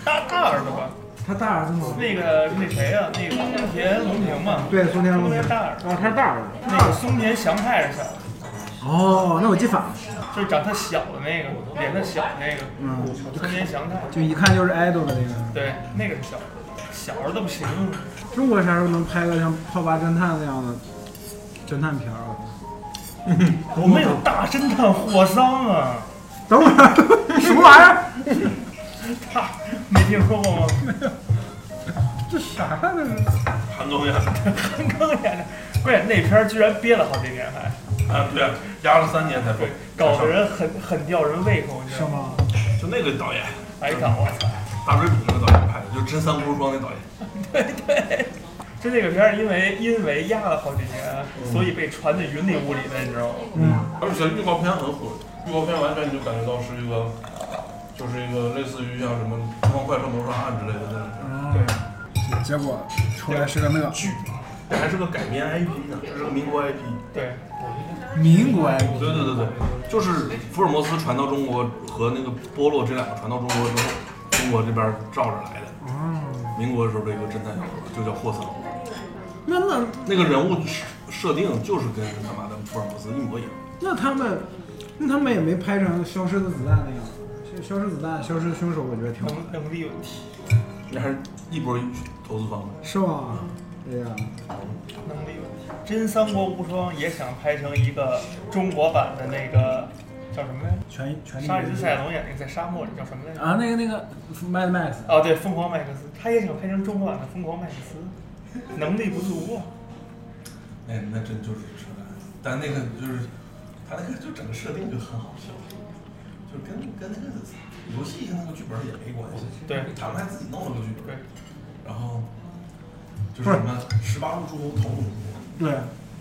[SPEAKER 3] 大大耳朵吧，
[SPEAKER 2] 他大儿子吗？
[SPEAKER 3] 那个那谁呀、那个松田龙平嘛，
[SPEAKER 2] 对，松田龙平
[SPEAKER 3] 松田大耳
[SPEAKER 2] 啊，他是大儿子。
[SPEAKER 3] 那个松田翔太是小，
[SPEAKER 2] 哦，那我记反了，
[SPEAKER 3] 就是长特小的那个，脸特小的那个，
[SPEAKER 2] 嗯
[SPEAKER 3] 松田翔太，
[SPEAKER 2] 就一看就是 idol 的那个。
[SPEAKER 3] 对，那个是小的，小儿子不行，
[SPEAKER 2] 中国啥时候能拍个像《泡吧侦探》那样的侦探片儿啊？
[SPEAKER 3] 我们有大侦探霍桑啊，
[SPEAKER 2] 等会儿，什么玩意儿？
[SPEAKER 3] 大没听说过吗？ (laughs)
[SPEAKER 2] 这啥呀？这是？
[SPEAKER 1] 韩庚呀，
[SPEAKER 3] 刚演的，不是那片儿居然憋了好几年还，啊，
[SPEAKER 1] 对啊，压了三年才
[SPEAKER 3] 对
[SPEAKER 1] 封，，
[SPEAKER 3] 搞得人很很吊人胃口，你知
[SPEAKER 2] 是
[SPEAKER 3] 道吗？
[SPEAKER 2] 吗？
[SPEAKER 1] 就那个导演，
[SPEAKER 3] 白搞，我操！
[SPEAKER 1] 大追捕那个导演拍的，就真三国无双那导演。
[SPEAKER 3] 就那个片儿，因为因为压了好几年，所以被传的云里雾里的，你知道吗？
[SPEAKER 2] 嗯，
[SPEAKER 1] 而且预告片很火，预告片完全你就感觉到是一个，就是一个类似于像什么《东方快车谋杀案》之类的那种片儿，
[SPEAKER 2] 嗯结果出来是个那
[SPEAKER 1] 剧，还是个改编 IP 呢，这是个民国 IP。
[SPEAKER 3] 对，
[SPEAKER 2] 民国 IP，
[SPEAKER 1] 对对对对，就是福尔摩斯传到中国和那个波洛这两个传到中国之后，中国这边照着来的。民国的时候的一个侦探小说就叫霍森，
[SPEAKER 2] 那那
[SPEAKER 1] 那个人物设设定就是跟他妈的福尔摩斯一模一样。
[SPEAKER 2] 那他们，那他们也没拍成《消失的子弹》那样。消消失子弹，消失的凶手，我觉得挺好，
[SPEAKER 3] 能能力问题，
[SPEAKER 1] 那还是一波投资方的，
[SPEAKER 2] 是吗？哎呀，
[SPEAKER 3] 能力问题。真三国无双也想拍成一个中国版的那个叫什么来着？
[SPEAKER 2] 全全力
[SPEAKER 3] 沙里斯赛龙演那个在沙漠里叫什么来着？
[SPEAKER 2] 啊，那个那个 Mad Max，
[SPEAKER 3] 哦，对，疯狂麦克斯，他也想拍成中国版的疯狂麦克斯，能力不足啊。
[SPEAKER 1] 哎，那真就是扯淡。但那个就是他那个就整个设定就很好笑，就跟跟那个游戏那个剧本也没关系。
[SPEAKER 3] 对
[SPEAKER 1] 他们还自己弄了个剧本，
[SPEAKER 3] 对， (laughs)
[SPEAKER 1] 然后就是什么十八路诸侯讨董卓，
[SPEAKER 2] 对，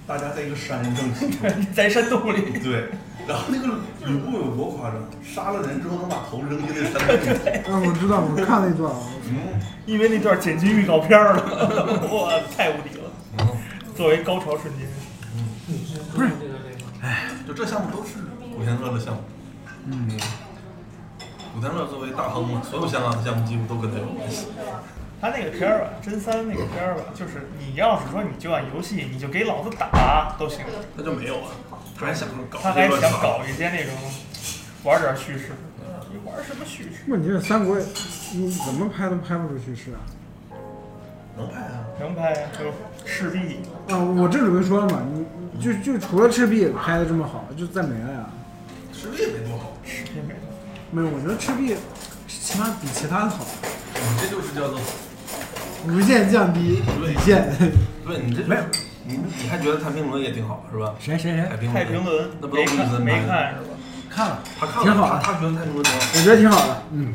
[SPEAKER 1] 大家在一个山上正
[SPEAKER 3] (laughs)
[SPEAKER 1] 西。
[SPEAKER 3] 在山洞里，
[SPEAKER 1] 对，然后那个吕布有多夸张？杀了人之后能把头扔进那山洞里。
[SPEAKER 2] 啊，我知道，我看那段，
[SPEAKER 1] 嗯，
[SPEAKER 3] 因为那段剪辑预告片儿了， (laughs) 哇，太无敌了！ (laughs) 作为高潮瞬间，
[SPEAKER 1] 就这项目都是古天乐的项目。嗯，古天乐作为大亨嘛，所有香港的项目几乎都跟他有关系。
[SPEAKER 3] 他那个片儿吧，真三那个片儿吧，就是你要是说你就按游戏，你就给老子打都行。
[SPEAKER 1] 他就没有啊，他还想着搞，
[SPEAKER 3] 他还想搞，一些那种玩点叙事，你玩什么叙事？
[SPEAKER 2] 问题是三国，你怎么拍都拍不出去是啊。
[SPEAKER 1] 能拍啊。
[SPEAKER 3] 能拍呀，就赤壁，
[SPEAKER 2] 啊，我这里面说了嘛，你你就就除了赤壁拍的这么好，就再没了呀。
[SPEAKER 1] 实力没多好，
[SPEAKER 3] 赤壁没了，
[SPEAKER 2] 啊没有，我觉得赤壁起码比其他的好，
[SPEAKER 3] 嗯
[SPEAKER 1] 你这就是叫做，
[SPEAKER 2] 无限降低底线。
[SPEAKER 1] 对你这
[SPEAKER 2] 没有，
[SPEAKER 1] 你你还觉得太平轮也挺好是吧？
[SPEAKER 2] 谁谁
[SPEAKER 1] 太
[SPEAKER 2] 谁
[SPEAKER 1] 平
[SPEAKER 3] 太平轮
[SPEAKER 1] 那不都
[SPEAKER 3] 没
[SPEAKER 1] 吴宇
[SPEAKER 3] 看
[SPEAKER 1] 森
[SPEAKER 3] 没
[SPEAKER 1] 拍的
[SPEAKER 3] 看是吧？
[SPEAKER 2] 看
[SPEAKER 1] 他
[SPEAKER 2] 了，
[SPEAKER 1] 看了
[SPEAKER 2] 挺好的
[SPEAKER 1] 他他觉得太平轮挺好，
[SPEAKER 2] 我觉得挺好的。嗯，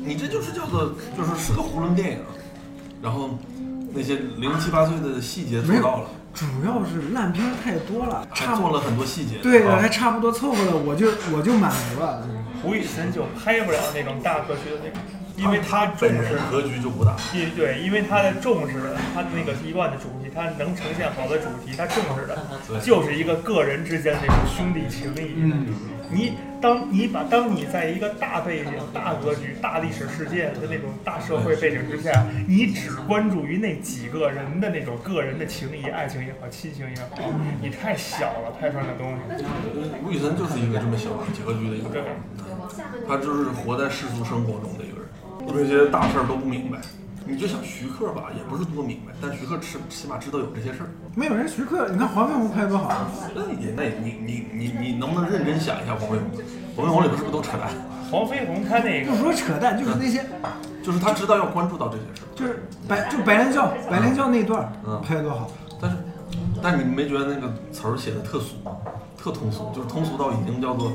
[SPEAKER 1] 你这就是叫做就是是个囫囵电影，然后那些零七八碎的细节做到了，
[SPEAKER 2] 主要是烂片太多了，
[SPEAKER 1] 还
[SPEAKER 2] 差
[SPEAKER 1] 做
[SPEAKER 2] 不
[SPEAKER 1] 了很多细节，
[SPEAKER 2] 对的，
[SPEAKER 1] 啊
[SPEAKER 2] 还差不多凑合了，我就我就满足了。
[SPEAKER 3] 吴宇森就拍不了那种大格局的那种，因为他重
[SPEAKER 1] 本
[SPEAKER 3] 视
[SPEAKER 1] 人。格局就不大，
[SPEAKER 3] 因对，因为他的重视的，他的那个一贯的主题，他能呈现好的主题，他重视的
[SPEAKER 1] 对
[SPEAKER 3] 就是一个个人之间的那种兄弟情谊。
[SPEAKER 2] 嗯，
[SPEAKER 3] 你当你把当你在一个大背景、大格局、大历史事件的那种大社会背景之下，你只关注于那几个人的那种个人的情谊、爱情也好、亲情也好，你太小了，拍出来的东西。
[SPEAKER 1] 吴宇森就是一个这么小格局的一个人，他就是活在世俗生活中的一个人，对这些大事儿都不明白。你就想徐克吧，也不是多明白，但徐克吃起码知道有这些事儿。
[SPEAKER 2] 没有人徐克，你看黄飞鸿拍多好，
[SPEAKER 1] 那你那你你你你能不能认真想一下黄飞鸿？黄飞鸿里边是不是都扯淡？
[SPEAKER 3] 黄飞鸿他那个
[SPEAKER 2] 不说扯淡，就是那些
[SPEAKER 1] 就是他知道要关注到这些事儿，
[SPEAKER 2] 就是白就白莲教白莲教那段儿
[SPEAKER 1] 嗯
[SPEAKER 2] 拍得多好，
[SPEAKER 1] 但是，但你没觉得那个词儿写的特俗吗？特通俗，就是通俗到已经叫做，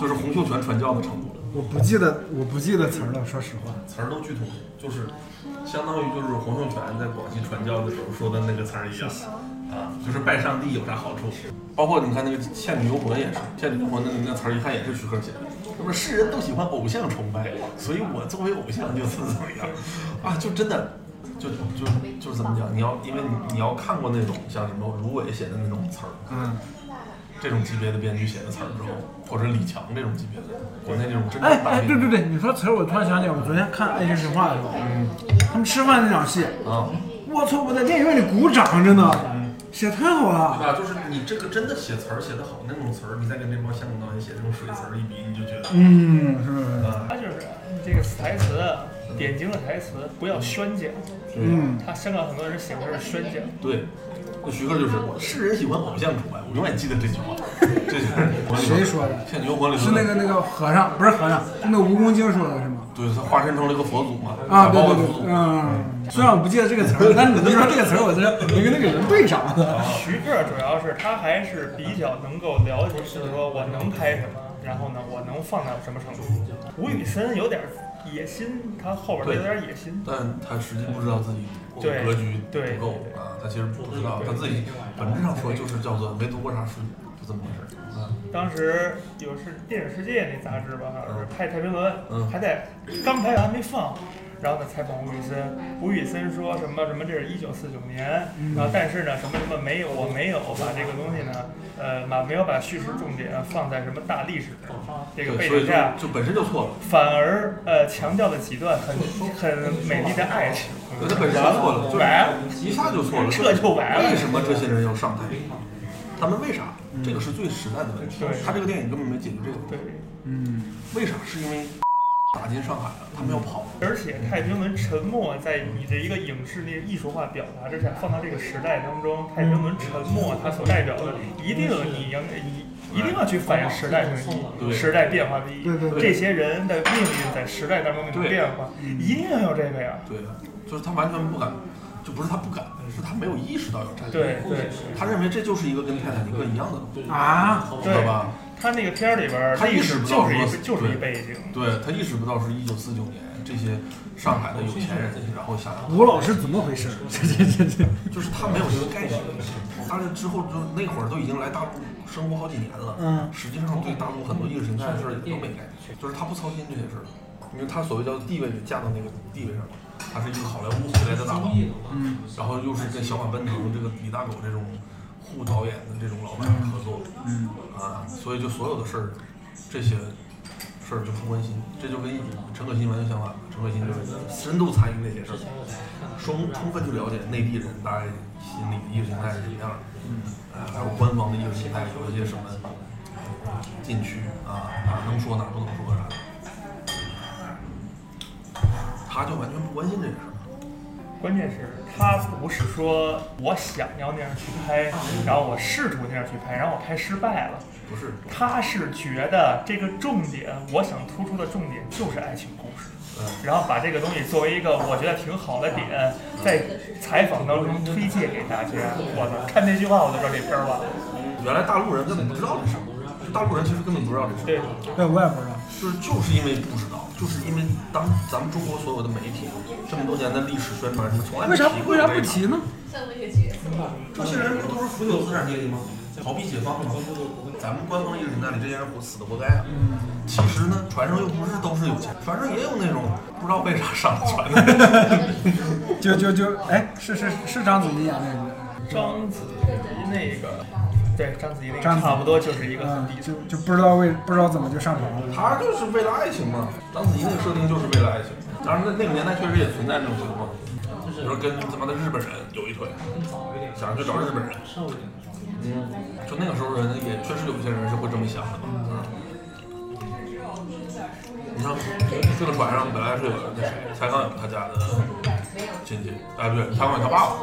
[SPEAKER 1] 就是洪秀全传教的程度了，
[SPEAKER 2] 我不记得我不记得词儿了，说实话。
[SPEAKER 1] 词儿都巨通俗，就是相当于就是洪秀全在广西传教的时候说的那个词儿一样，啊，就是拜上帝有啥好处？包括你看那个《倩女幽魂》也是，《倩女幽魂》那个那词儿一看也是徐克写的，那么世人都喜欢偶像崇拜，所以我作为偶像就是怎么样，啊，就真的。就就就是怎么讲？你要因为你你要看过那种像什么芦苇写的那种词儿，
[SPEAKER 2] 嗯，
[SPEAKER 1] 这种级别的编剧写的词儿之后，或者李强这种级别的，国内这种真正
[SPEAKER 2] 哎
[SPEAKER 1] 大
[SPEAKER 2] 哎，
[SPEAKER 1] 编剧
[SPEAKER 2] 对对对，你说词儿，我突然想起来，我昨天看《爱情神话》的时候，他们吃饭那场戏，
[SPEAKER 1] 啊，
[SPEAKER 2] 我操，我在电影院里鼓掌着呢，写太好
[SPEAKER 1] 对
[SPEAKER 2] 了。
[SPEAKER 1] 吧？就是你这个真的写词儿写得好，那种词儿，你再跟这帮香港导演写这种水词儿一比，你就觉得
[SPEAKER 2] 嗯，是不是？
[SPEAKER 1] 啊，
[SPEAKER 3] 他就是这个台词啊，典型的台词，不要宣讲。
[SPEAKER 2] 嗯，
[SPEAKER 3] 他香港很多人写的是宣讲，
[SPEAKER 1] 对。那徐克就是我，世人喜欢偶像崇拜，我永远记得这句话。这就是
[SPEAKER 2] 谁说的
[SPEAKER 1] 倩女幽魂》里
[SPEAKER 2] 是那个那个和尚，不是和尚，是那个蜈蚣精说的是吗？
[SPEAKER 1] 对他化身成了一个佛祖嘛，打
[SPEAKER 2] 啊，对
[SPEAKER 1] 包
[SPEAKER 2] 对
[SPEAKER 1] 的佛
[SPEAKER 2] 对，
[SPEAKER 1] 祖。
[SPEAKER 2] 嗯，虽然我不记得这个词 (laughs) 儿，但是你都说这个词儿，我这我跟那个人对上了。
[SPEAKER 3] 徐克主要是他还是比较能够了解，就是说我能拍什么，然后呢，我能放到什么程度。吴宇森有点野心，他后边儿有点野心。
[SPEAKER 1] 但他实际不知道自己
[SPEAKER 3] 对
[SPEAKER 1] 格局
[SPEAKER 3] 对
[SPEAKER 1] 不够啊，他其实不知道，他自己本质上说就是叫做没读过啥书，就这么回事儿啊。
[SPEAKER 3] 当时有是《电影世界》那杂志吧，好像是拍蔡徐伦，
[SPEAKER 1] 嗯
[SPEAKER 3] 还在刚拍完还没放。然后呢，采访吴宇森，吴宇森说什么什么，这是一九四九年，
[SPEAKER 1] 嗯
[SPEAKER 3] 然后但是呢，什么什么没有，我没有把这个东西呢，呃，把没有把叙事重点放在什么大历史这个
[SPEAKER 1] 哦啊对，
[SPEAKER 3] 背
[SPEAKER 1] 所以
[SPEAKER 3] 景下，
[SPEAKER 1] 就就本身就错了，
[SPEAKER 3] 反而呃强调了几段很很美丽的爱情，
[SPEAKER 1] 对，他本身就错了，就
[SPEAKER 3] 完了
[SPEAKER 1] 是一下就错了，
[SPEAKER 3] 这就完了嗯
[SPEAKER 1] 为什么这些人要上台？他们为啥？这个是最实在的问题
[SPEAKER 3] 对。
[SPEAKER 1] 他这个电影根本没解决这个问题，
[SPEAKER 3] 对，
[SPEAKER 2] 嗯，
[SPEAKER 1] 为啥？是因为打进上海了，他们要跑。
[SPEAKER 3] 而且太平轮沉默在你的一个影视那个艺术化表达之下，放到这个时代当中，太平轮沉默它所代表的一定你应一一定要去反映时代的意义，
[SPEAKER 1] 对
[SPEAKER 3] 时代变化的意义
[SPEAKER 2] 对对，
[SPEAKER 1] 对
[SPEAKER 3] 这些人的命运在时代当中那种
[SPEAKER 1] 对
[SPEAKER 3] 变化，一定要有这个呀，
[SPEAKER 1] 对，啊就是他完全不敢，就不是他不敢，是他没有意识到要站起来
[SPEAKER 3] 嗯对。对。
[SPEAKER 1] 他认为这就是一个跟泰坦尼克一样的东西，
[SPEAKER 2] 啊，
[SPEAKER 1] 知道吧？
[SPEAKER 3] 他那个片儿里边儿，
[SPEAKER 1] 他
[SPEAKER 3] 历
[SPEAKER 1] 意识
[SPEAKER 3] 史
[SPEAKER 1] 不
[SPEAKER 3] 就
[SPEAKER 1] 到
[SPEAKER 3] 是
[SPEAKER 1] 说
[SPEAKER 3] 一就是一
[SPEAKER 1] 对
[SPEAKER 3] 背景，
[SPEAKER 1] 对他意识不到是一九四九年这些上海的有钱人，然后想
[SPEAKER 3] 嗯
[SPEAKER 2] 啊吴老师怎么回 (laughs) 事？这这这这，
[SPEAKER 1] 就是他没有这个概念，他是之后就那会儿都已经来大陆生活好几年了，
[SPEAKER 2] 嗯
[SPEAKER 1] 实际上对大陆很多意识形态的事儿也都没概念，就是他不操心这些事儿，因为他所谓叫地位给架到那个地位上了，他是一个好莱坞回来的大佬，
[SPEAKER 2] 嗯，
[SPEAKER 1] 然后又是跟小马奔腾这个李大狗这种互导演的这种老板合作，
[SPEAKER 2] 嗯，
[SPEAKER 1] 啊，所以就所有的事儿，这些事儿就不关心，这就跟陈可辛完全相反。陈可辛就是深度参与那些事儿，充充分去了解内地人大概心里的意识形态是什么样的，
[SPEAKER 2] 嗯
[SPEAKER 1] 呃，还有官方的意识形态有一些什么禁区啊，哪能说哪不能说啥的，他就完全不关心这个事儿。
[SPEAKER 3] 关键是他不是说我想要那样去拍，然后我试图那样去拍，然后我拍失败了。
[SPEAKER 1] 不是，
[SPEAKER 3] 他是觉得这个重点，我想突出的重点就是爱情故事，
[SPEAKER 1] 嗯，
[SPEAKER 3] 然后把这个东西作为一个我觉得挺好的点，在采访当中推荐给大家。我操，看那句话我就知道这片儿完了。
[SPEAKER 1] 原来大陆人根本不知道这事儿，就大陆人其实根本不知道这事儿。
[SPEAKER 3] 对，
[SPEAKER 2] (laughs) 对，哎我也不知道。
[SPEAKER 1] 就是就是因为不知道，就是因为当咱们中国所有的媒体这么多年的历史宣传，什么从来没
[SPEAKER 2] 为啥
[SPEAKER 1] 提过
[SPEAKER 2] 为啥
[SPEAKER 1] 这
[SPEAKER 2] 不
[SPEAKER 1] 个
[SPEAKER 2] 提呢？
[SPEAKER 1] 这些人不都是腐朽资产阶级吗？逃避解放吗？咱们官方意识形态里这些人活死的活该啊！其实呢，船上又不是都是有钱，船上也有那种不知道为啥上船的。
[SPEAKER 2] 就就就，哎，是是是章子怡演那个，
[SPEAKER 3] 章子怡那个，对章子怡那个
[SPEAKER 2] 章子怡
[SPEAKER 3] 差不多就是一个很
[SPEAKER 2] 嗯
[SPEAKER 3] 低，俗
[SPEAKER 2] 就就不知道为不知道怎么就上床了。
[SPEAKER 1] 他就是为了爱情嘛，章子怡那个设定就是为了爱情。当然，那那个年代确实也存在这种情况，比如说跟他妈的日本人有一腿，想去找日本人。嗯，就那个时候人也确实有些人是会这么想的嘛。嗯，你像这个船上本来是有那谁蔡康永他家的亲戚，哎不对，蔡康永他爸爸，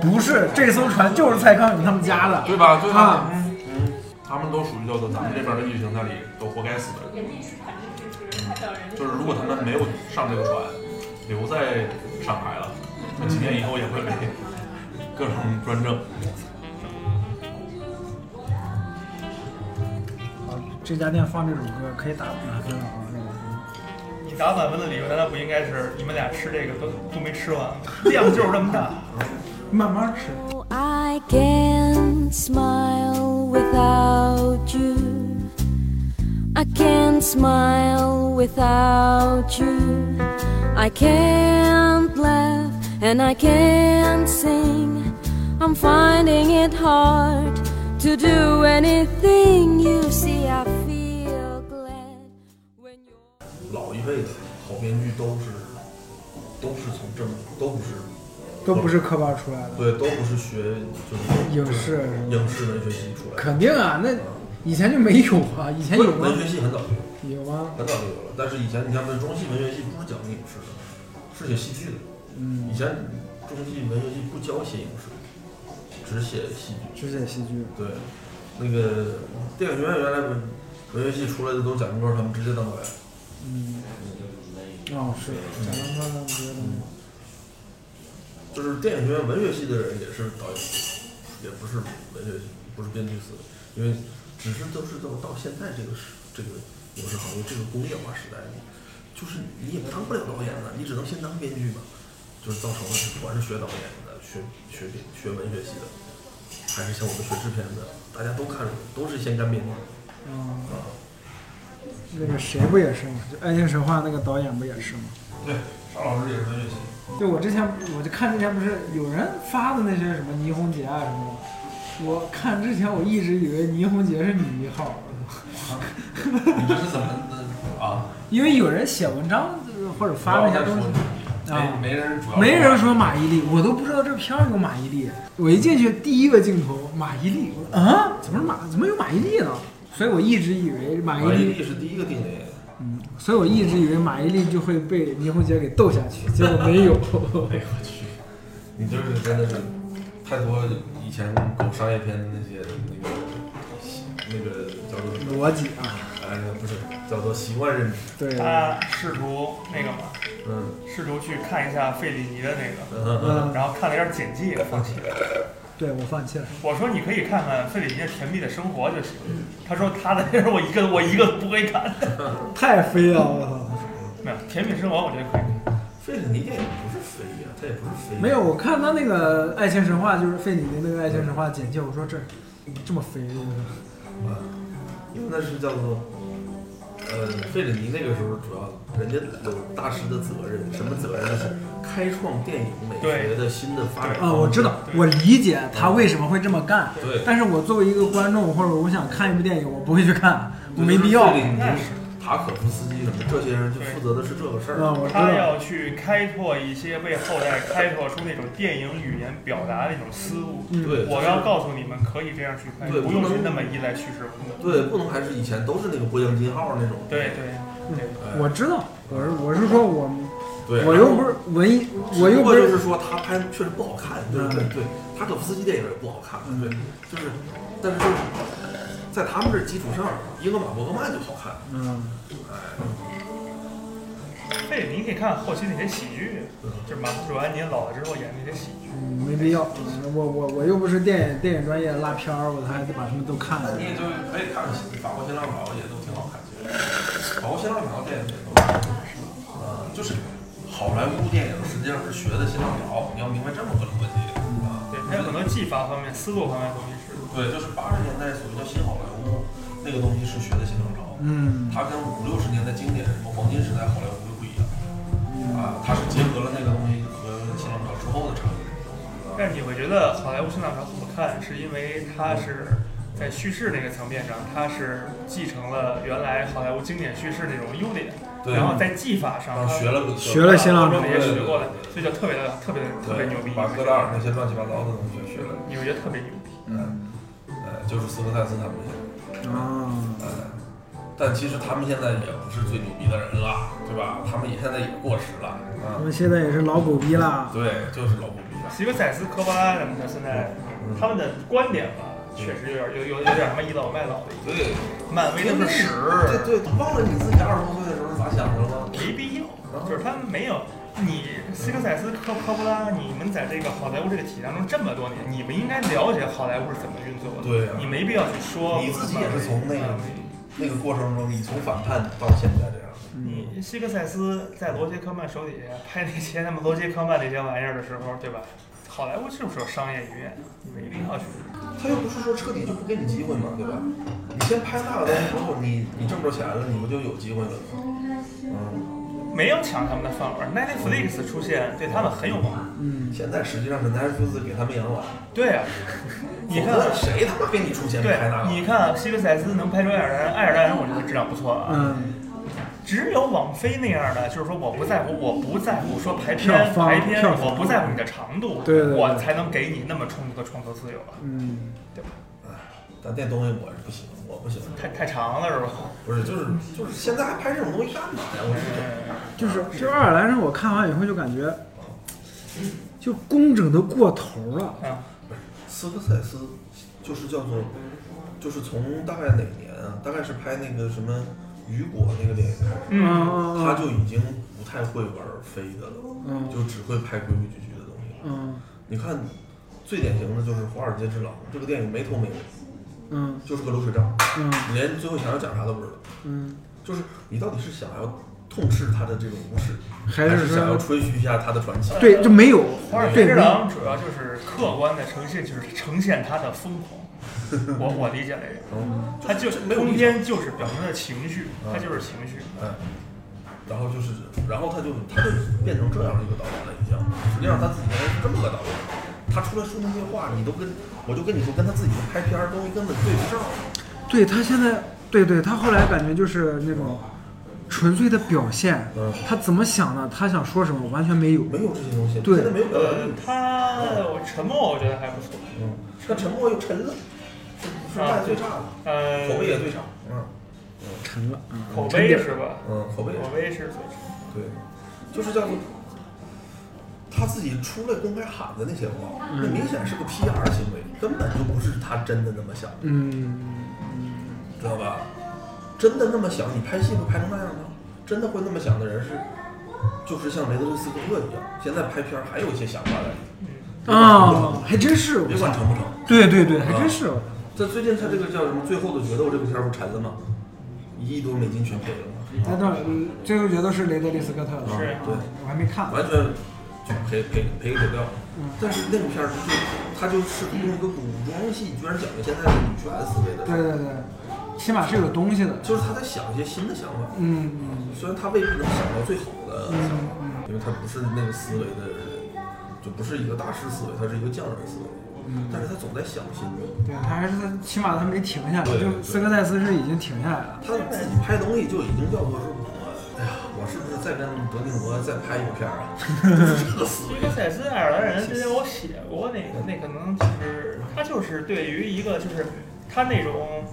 [SPEAKER 2] 不是，这艘船就是蔡康永他们家的。
[SPEAKER 1] 对吧？对吧
[SPEAKER 2] 啊？
[SPEAKER 1] 嗯嗯，他们都属于叫做咱们这边的意识形态里都活该死的人。嗯，就是如果他们没有上这个船，留在上海了，那几年以后也会被各种专政。
[SPEAKER 2] 这家店放这首歌可以打满分了。啊
[SPEAKER 3] 你打满分的理由难道不应该是你们俩吃这个都都没吃完吗？量就是这么大。
[SPEAKER 2] 慢慢吃，
[SPEAKER 5] I can't smile without you. I can't smile without you. I can't laugh and I can't sing. I'm finding it hard to do anything. You see, I feel glad when you're.
[SPEAKER 1] 老一辈的好编剧都是都是从这么都不是
[SPEAKER 2] 都不是科班出来的，
[SPEAKER 1] 对，都不是学就是
[SPEAKER 2] 影视是吧
[SPEAKER 1] 影视文学系出来的。
[SPEAKER 2] 肯定啊，那以前就没有啊，以前有吗
[SPEAKER 1] 文？学系很早就有，
[SPEAKER 2] 有啊吗？
[SPEAKER 1] 很早就有了。但是以前你像那中戏文学系不是讲影视的，是写戏剧的。
[SPEAKER 2] 嗯
[SPEAKER 1] 以，前中戏文学系不教写影视，只写戏剧。
[SPEAKER 2] 只写戏剧。
[SPEAKER 1] 对，那个电影学院原来文文学系出来的都是贾樟柯他们直接当导演。
[SPEAKER 2] 嗯，哦，是贾樟柯他们觉得，
[SPEAKER 1] 就是电影学院文学系的人也是导演系，也不是文学系，不是编剧系，因为只是都是到到现在这个时这个影视行业这个工业化时代里，就是你也当不了导演了，你只能先当编剧嘛，就是造成了不管是学导演的、学学编学文学系的，还是像我们学制片的，大家都看都是先干编剧。
[SPEAKER 2] 那个谁不也是吗？就《爱情神话》那个导演不也是吗？
[SPEAKER 1] 对，邵老师也是文学系。
[SPEAKER 2] 就我之前我就看之前不是有人发的那些什么倪虹洁啊什么的，我看之前我一直以为倪虹洁是女一号，
[SPEAKER 1] (laughs) 你这是怎么的啊？
[SPEAKER 2] (laughs) 因为有人写文章呃或者发那些东西。啊
[SPEAKER 1] 没没人主要
[SPEAKER 2] 没人说马伊琍，我都不知道这片儿有马伊琍。我一进去第一个镜头，马伊琍，我说啊，怎么是马怎么有马伊琍呢？所以我一直以为马伊
[SPEAKER 1] 马伊
[SPEAKER 2] 琍
[SPEAKER 1] 琍是第一个定的演员。
[SPEAKER 2] 所以我一直以为马伊琍就会被倪虹洁给斗下去，结果没有。
[SPEAKER 1] 哎呦我去，你这是真的是太多以前搞商业片的那些那个那个叫做什么？
[SPEAKER 2] 逻辑啊，
[SPEAKER 1] 哎，不是叫做习惯认知。
[SPEAKER 2] 对，
[SPEAKER 3] 他试图那个嘛，
[SPEAKER 1] 嗯
[SPEAKER 3] 试图去看一下费里尼的那
[SPEAKER 1] 嗯
[SPEAKER 3] 个，
[SPEAKER 2] 嗯，
[SPEAKER 3] 然后看了一下简介，放弃了。
[SPEAKER 2] 对我放弃了。
[SPEAKER 3] 我说你可以看看费里尼的《甜蜜的生活》就行。他说他的， (laughs) 我一个我一个不会看。
[SPEAKER 2] 太飞了，我操！
[SPEAKER 3] 没有《甜蜜的生活》，我觉得可以看。
[SPEAKER 1] 费里尼电影不是飞呀、它也不是飞。
[SPEAKER 2] 没有，，我看他那个《爱情神话》，就是费里尼那个《爱情神话》简介，我说这这么肥，
[SPEAKER 1] 啊因为那是叫做。呃，费里尼那个时候主要人家有大师的责任，什么责任呢？是开创电影美学的新的发展
[SPEAKER 3] 对
[SPEAKER 2] 啊，我知道，我理解他为什么会这么干，
[SPEAKER 1] 对
[SPEAKER 2] 但是我作为一个观众，或者我想看一部电影，我不会去看，我没必要。
[SPEAKER 1] 费里
[SPEAKER 2] 啊，
[SPEAKER 1] 尼、塔可夫斯基什么这些人就负责的是这个事儿。
[SPEAKER 2] 啊我知
[SPEAKER 3] 他
[SPEAKER 2] 道，
[SPEAKER 3] 要去开拓一些为后代开拓出那种电影语言表达的一种思路。
[SPEAKER 2] 嗯
[SPEAKER 1] 对，
[SPEAKER 3] 我要告诉你们，可以这样去拍，
[SPEAKER 1] 对
[SPEAKER 3] 不用去那么依赖叙事功能。
[SPEAKER 1] 对，不能还是以前都是那个播将金号那种。
[SPEAKER 3] 对对对，
[SPEAKER 1] 哎
[SPEAKER 2] 我知道，我是我是说我
[SPEAKER 1] 对，
[SPEAKER 2] 我又不是文艺，嗯我又
[SPEAKER 1] 不
[SPEAKER 2] 不嗯
[SPEAKER 1] 过就是是说他拍确实不好看，对对对，塔可夫斯基电影也不好看，对，就是，但是就是在他们这基础上，英格玛伯格曼就好看，哎
[SPEAKER 2] 嗯。
[SPEAKER 3] 费里尼可以看后期那些喜剧，就是马布佐安尼老了之后演那些喜剧。
[SPEAKER 2] 嗯，没必要，嗯我我我又不是电影电影专业拉片儿，我还得把他们都看了。
[SPEAKER 1] 你也就可以看看法国新浪潮也都挺好看，其实法国新浪潮电影也都好看，呃，就是好莱坞电影实际上是学的新浪潮，你要明白这么个逻辑啊，
[SPEAKER 3] 对，还有很多技法方面、思路方面的东西是。
[SPEAKER 1] 对，就是八十年代所谓叫新好莱坞那个东西是学的新浪潮，
[SPEAKER 2] 嗯，
[SPEAKER 1] 它跟五六十年代经典什么黄金时代好莱坞就不一样啊，它是结合了那个东西和新浪潮之后的产物。
[SPEAKER 3] 但你会觉得好莱坞新浪潮好看，是因为它是在叙事那个层面上，它是继承了原来好莱坞经典叙事那种优点，
[SPEAKER 1] 对
[SPEAKER 3] 然后在技法上
[SPEAKER 1] 然后学了个
[SPEAKER 2] 学了新浪潮
[SPEAKER 3] 也学过来，所以就特别的特别的特别牛逼。
[SPEAKER 1] 把戈达尔那些乱七八糟的东西学了，
[SPEAKER 3] 你会觉得特别牛逼。
[SPEAKER 1] 嗯，呃，就是斯科塞斯他们那些。
[SPEAKER 2] 啊，
[SPEAKER 1] 呃但其实他们现在也不是最牛逼的人了，对吧？他们也现在也过时了，
[SPEAKER 2] 我
[SPEAKER 1] 嗯，
[SPEAKER 2] 们现在也是老狗逼啦。
[SPEAKER 1] 对，就是老不逼了。
[SPEAKER 3] 席维塞斯科巴拉什么的，现在嗯
[SPEAKER 1] 嗯
[SPEAKER 3] 他们的观点吧，确实有点有有有点什么倚老卖老的意思，
[SPEAKER 1] 对，
[SPEAKER 3] 漫
[SPEAKER 1] 嗯
[SPEAKER 3] 威那么屎，
[SPEAKER 1] 对对，忘了你自己二十多岁的时候是咋想的了吗？
[SPEAKER 3] 没必要，就是他们没有你斯科塞斯科科布拉，你们在这个好莱坞这个体系当中这么多年，你们应该了解好莱坞是怎么运作
[SPEAKER 1] (laughs)
[SPEAKER 3] 的。
[SPEAKER 1] 对啊
[SPEAKER 3] 你没必要去说
[SPEAKER 1] 你自己也是从那个那个过程中，你从反叛到现在这样。
[SPEAKER 3] 你希克塞斯在罗杰科曼手底下拍那些他们罗杰科曼那些玩意儿的时候，对吧？好莱坞是不是有商业语言？你没必要去。
[SPEAKER 1] 他又不是说彻底就不给你机会嘛，对吧？你先拍那个东西之后，你你挣着钱了，你不就有机会了吗？嗯，
[SPEAKER 3] 没有抢他们的饭碗，Netflix 出现对他们很有帮助。
[SPEAKER 2] 嗯
[SPEAKER 1] 现在实际上是 Netflix 给他们养老，
[SPEAKER 3] 对啊，你看
[SPEAKER 1] 否则谁他妈给你出钱
[SPEAKER 3] 对
[SPEAKER 1] 拍那，个？
[SPEAKER 3] 你看希克塞斯能拍出爱尔兰人，爱尔兰人我觉得质量不错啊。
[SPEAKER 2] 嗯，
[SPEAKER 3] 只有网飞那样的，就是说我不在乎，我不在乎说排片
[SPEAKER 2] 票房
[SPEAKER 3] 排片
[SPEAKER 2] 票，房
[SPEAKER 3] 我不在乎你的长度，
[SPEAKER 2] 对对对
[SPEAKER 3] 我才能给你那么充足的创作自由啊，
[SPEAKER 2] 嗯，
[SPEAKER 3] 对吧？
[SPEAKER 1] 但那东西我是不行，我不行，
[SPEAKER 3] 太太长了是吧？
[SPEAKER 1] 不是就是就是现在还拍这种东西干嘛呀？我是觉
[SPEAKER 3] 嗯
[SPEAKER 2] 就是就是爱尔兰人，我看完以后就感觉，就工整的过头了。
[SPEAKER 3] 啊，
[SPEAKER 1] 得斯科塞斯就是叫做就是从大概哪年啊？大概是拍那个什么雨果那个电影开始。
[SPEAKER 2] 嗯
[SPEAKER 3] 嗯，
[SPEAKER 2] 嗯
[SPEAKER 1] 他
[SPEAKER 2] 嗯
[SPEAKER 1] 就已经不太会玩飞的了，
[SPEAKER 2] 嗯
[SPEAKER 1] 就只会拍规规矩矩的东西。
[SPEAKER 2] 嗯
[SPEAKER 1] 你看，最典型的就是《华尔街之狼》这个电影没头没尾，
[SPEAKER 2] 嗯
[SPEAKER 1] 就是个流水账，
[SPEAKER 2] 嗯
[SPEAKER 1] 你连最后想要讲啥都不知道。
[SPEAKER 2] 嗯，
[SPEAKER 1] 就是你到底是想要痛斥他的这种无耻，
[SPEAKER 2] 还
[SPEAKER 1] 还
[SPEAKER 2] 是
[SPEAKER 1] 是想要
[SPEAKER 2] 说
[SPEAKER 1] 吹嘘一下他的传奇？
[SPEAKER 2] 对就没有
[SPEAKER 3] 华尔，街
[SPEAKER 2] 对
[SPEAKER 3] 之
[SPEAKER 2] 没啊有
[SPEAKER 3] 狼主要就是客观的呈现，就是呈现他的疯狂。
[SPEAKER 2] (laughs)
[SPEAKER 3] 我我理解这个，
[SPEAKER 1] 嗯，
[SPEAKER 3] 他就是
[SPEAKER 1] 没有
[SPEAKER 3] 通
[SPEAKER 1] 立场
[SPEAKER 3] 篇就是表明他的情绪，
[SPEAKER 2] 啊
[SPEAKER 3] 他就是情绪。
[SPEAKER 1] 哎，然后就是，然后他就他就变成这样的一个导演了，已经。实际上他自己原来是这么个导演，他出来说那些话，你都跟我就跟你说，跟他自己拍片儿东西根本对不上。
[SPEAKER 2] 对他现在，对对，他后来感觉就是那种纯粹的表现
[SPEAKER 1] 嗯，
[SPEAKER 2] 他怎么想的，他想说什么，完全没有。
[SPEAKER 1] 没有这些东西，
[SPEAKER 2] 对
[SPEAKER 1] 现在没有表达
[SPEAKER 3] 呃
[SPEAKER 1] 力。，
[SPEAKER 3] 他我沉默，我觉得还不错。
[SPEAKER 1] 嗯，但沉默又沉了，是卖最差的，
[SPEAKER 3] 呃，
[SPEAKER 1] 口碑也最差。嗯
[SPEAKER 2] 沉了，嗯，
[SPEAKER 3] 口碑是吧？
[SPEAKER 1] 嗯，口碑也
[SPEAKER 3] 口
[SPEAKER 1] 差
[SPEAKER 3] 碑是最差。
[SPEAKER 1] 对，就是叫做他自己出来公开喊的那些话，那明显是个 PR 行为，根本就不是他真的那么想的。
[SPEAKER 2] 嗯，
[SPEAKER 1] 知道吧？真的那么想，你拍戏会拍成那样吗？真的会那么想的人是，就是像雷德利·斯科特一样，现在拍片儿还有一些想法在里面，
[SPEAKER 2] 啊，还真是，
[SPEAKER 1] 别管成不成。
[SPEAKER 2] 对对对，还真是，
[SPEAKER 1] 这最近他这个叫什么《最后的决斗》这部片儿不沉了吗？一亿多美金全赔了吗？
[SPEAKER 2] 那段嗯最后觉得是雷德利·斯科特的，
[SPEAKER 1] 啊
[SPEAKER 3] 是
[SPEAKER 1] 对，
[SPEAKER 2] 我还没看，
[SPEAKER 1] 完全就赔赔赔给狗掉了。但是那部片儿就他就是用一个古装戏，居然讲了现在的女权思维
[SPEAKER 2] 对
[SPEAKER 1] 的，
[SPEAKER 2] 对对，起码是有东西的，
[SPEAKER 1] 就是他在想一些新的想法。
[SPEAKER 2] 嗯嗯
[SPEAKER 1] 虽然他未必能想到最好的想法，因为他不是那个思维的人，就不是一个大师思维，他是一个匠人思维。但是他总在想新的，
[SPEAKER 2] 对他还是他起码他没停下来，
[SPEAKER 1] 对对
[SPEAKER 2] 就斯科塞斯是已经停下来了，
[SPEAKER 1] 他自己拍东西就已经叫做是我，哎呀，我是不是再跟德尼罗再拍一部片儿啊？就是这个思
[SPEAKER 3] 斯
[SPEAKER 1] 维。
[SPEAKER 3] 科塞斯爱尔兰人之前我写过那个，那可能就是他就是对于一个就是他那种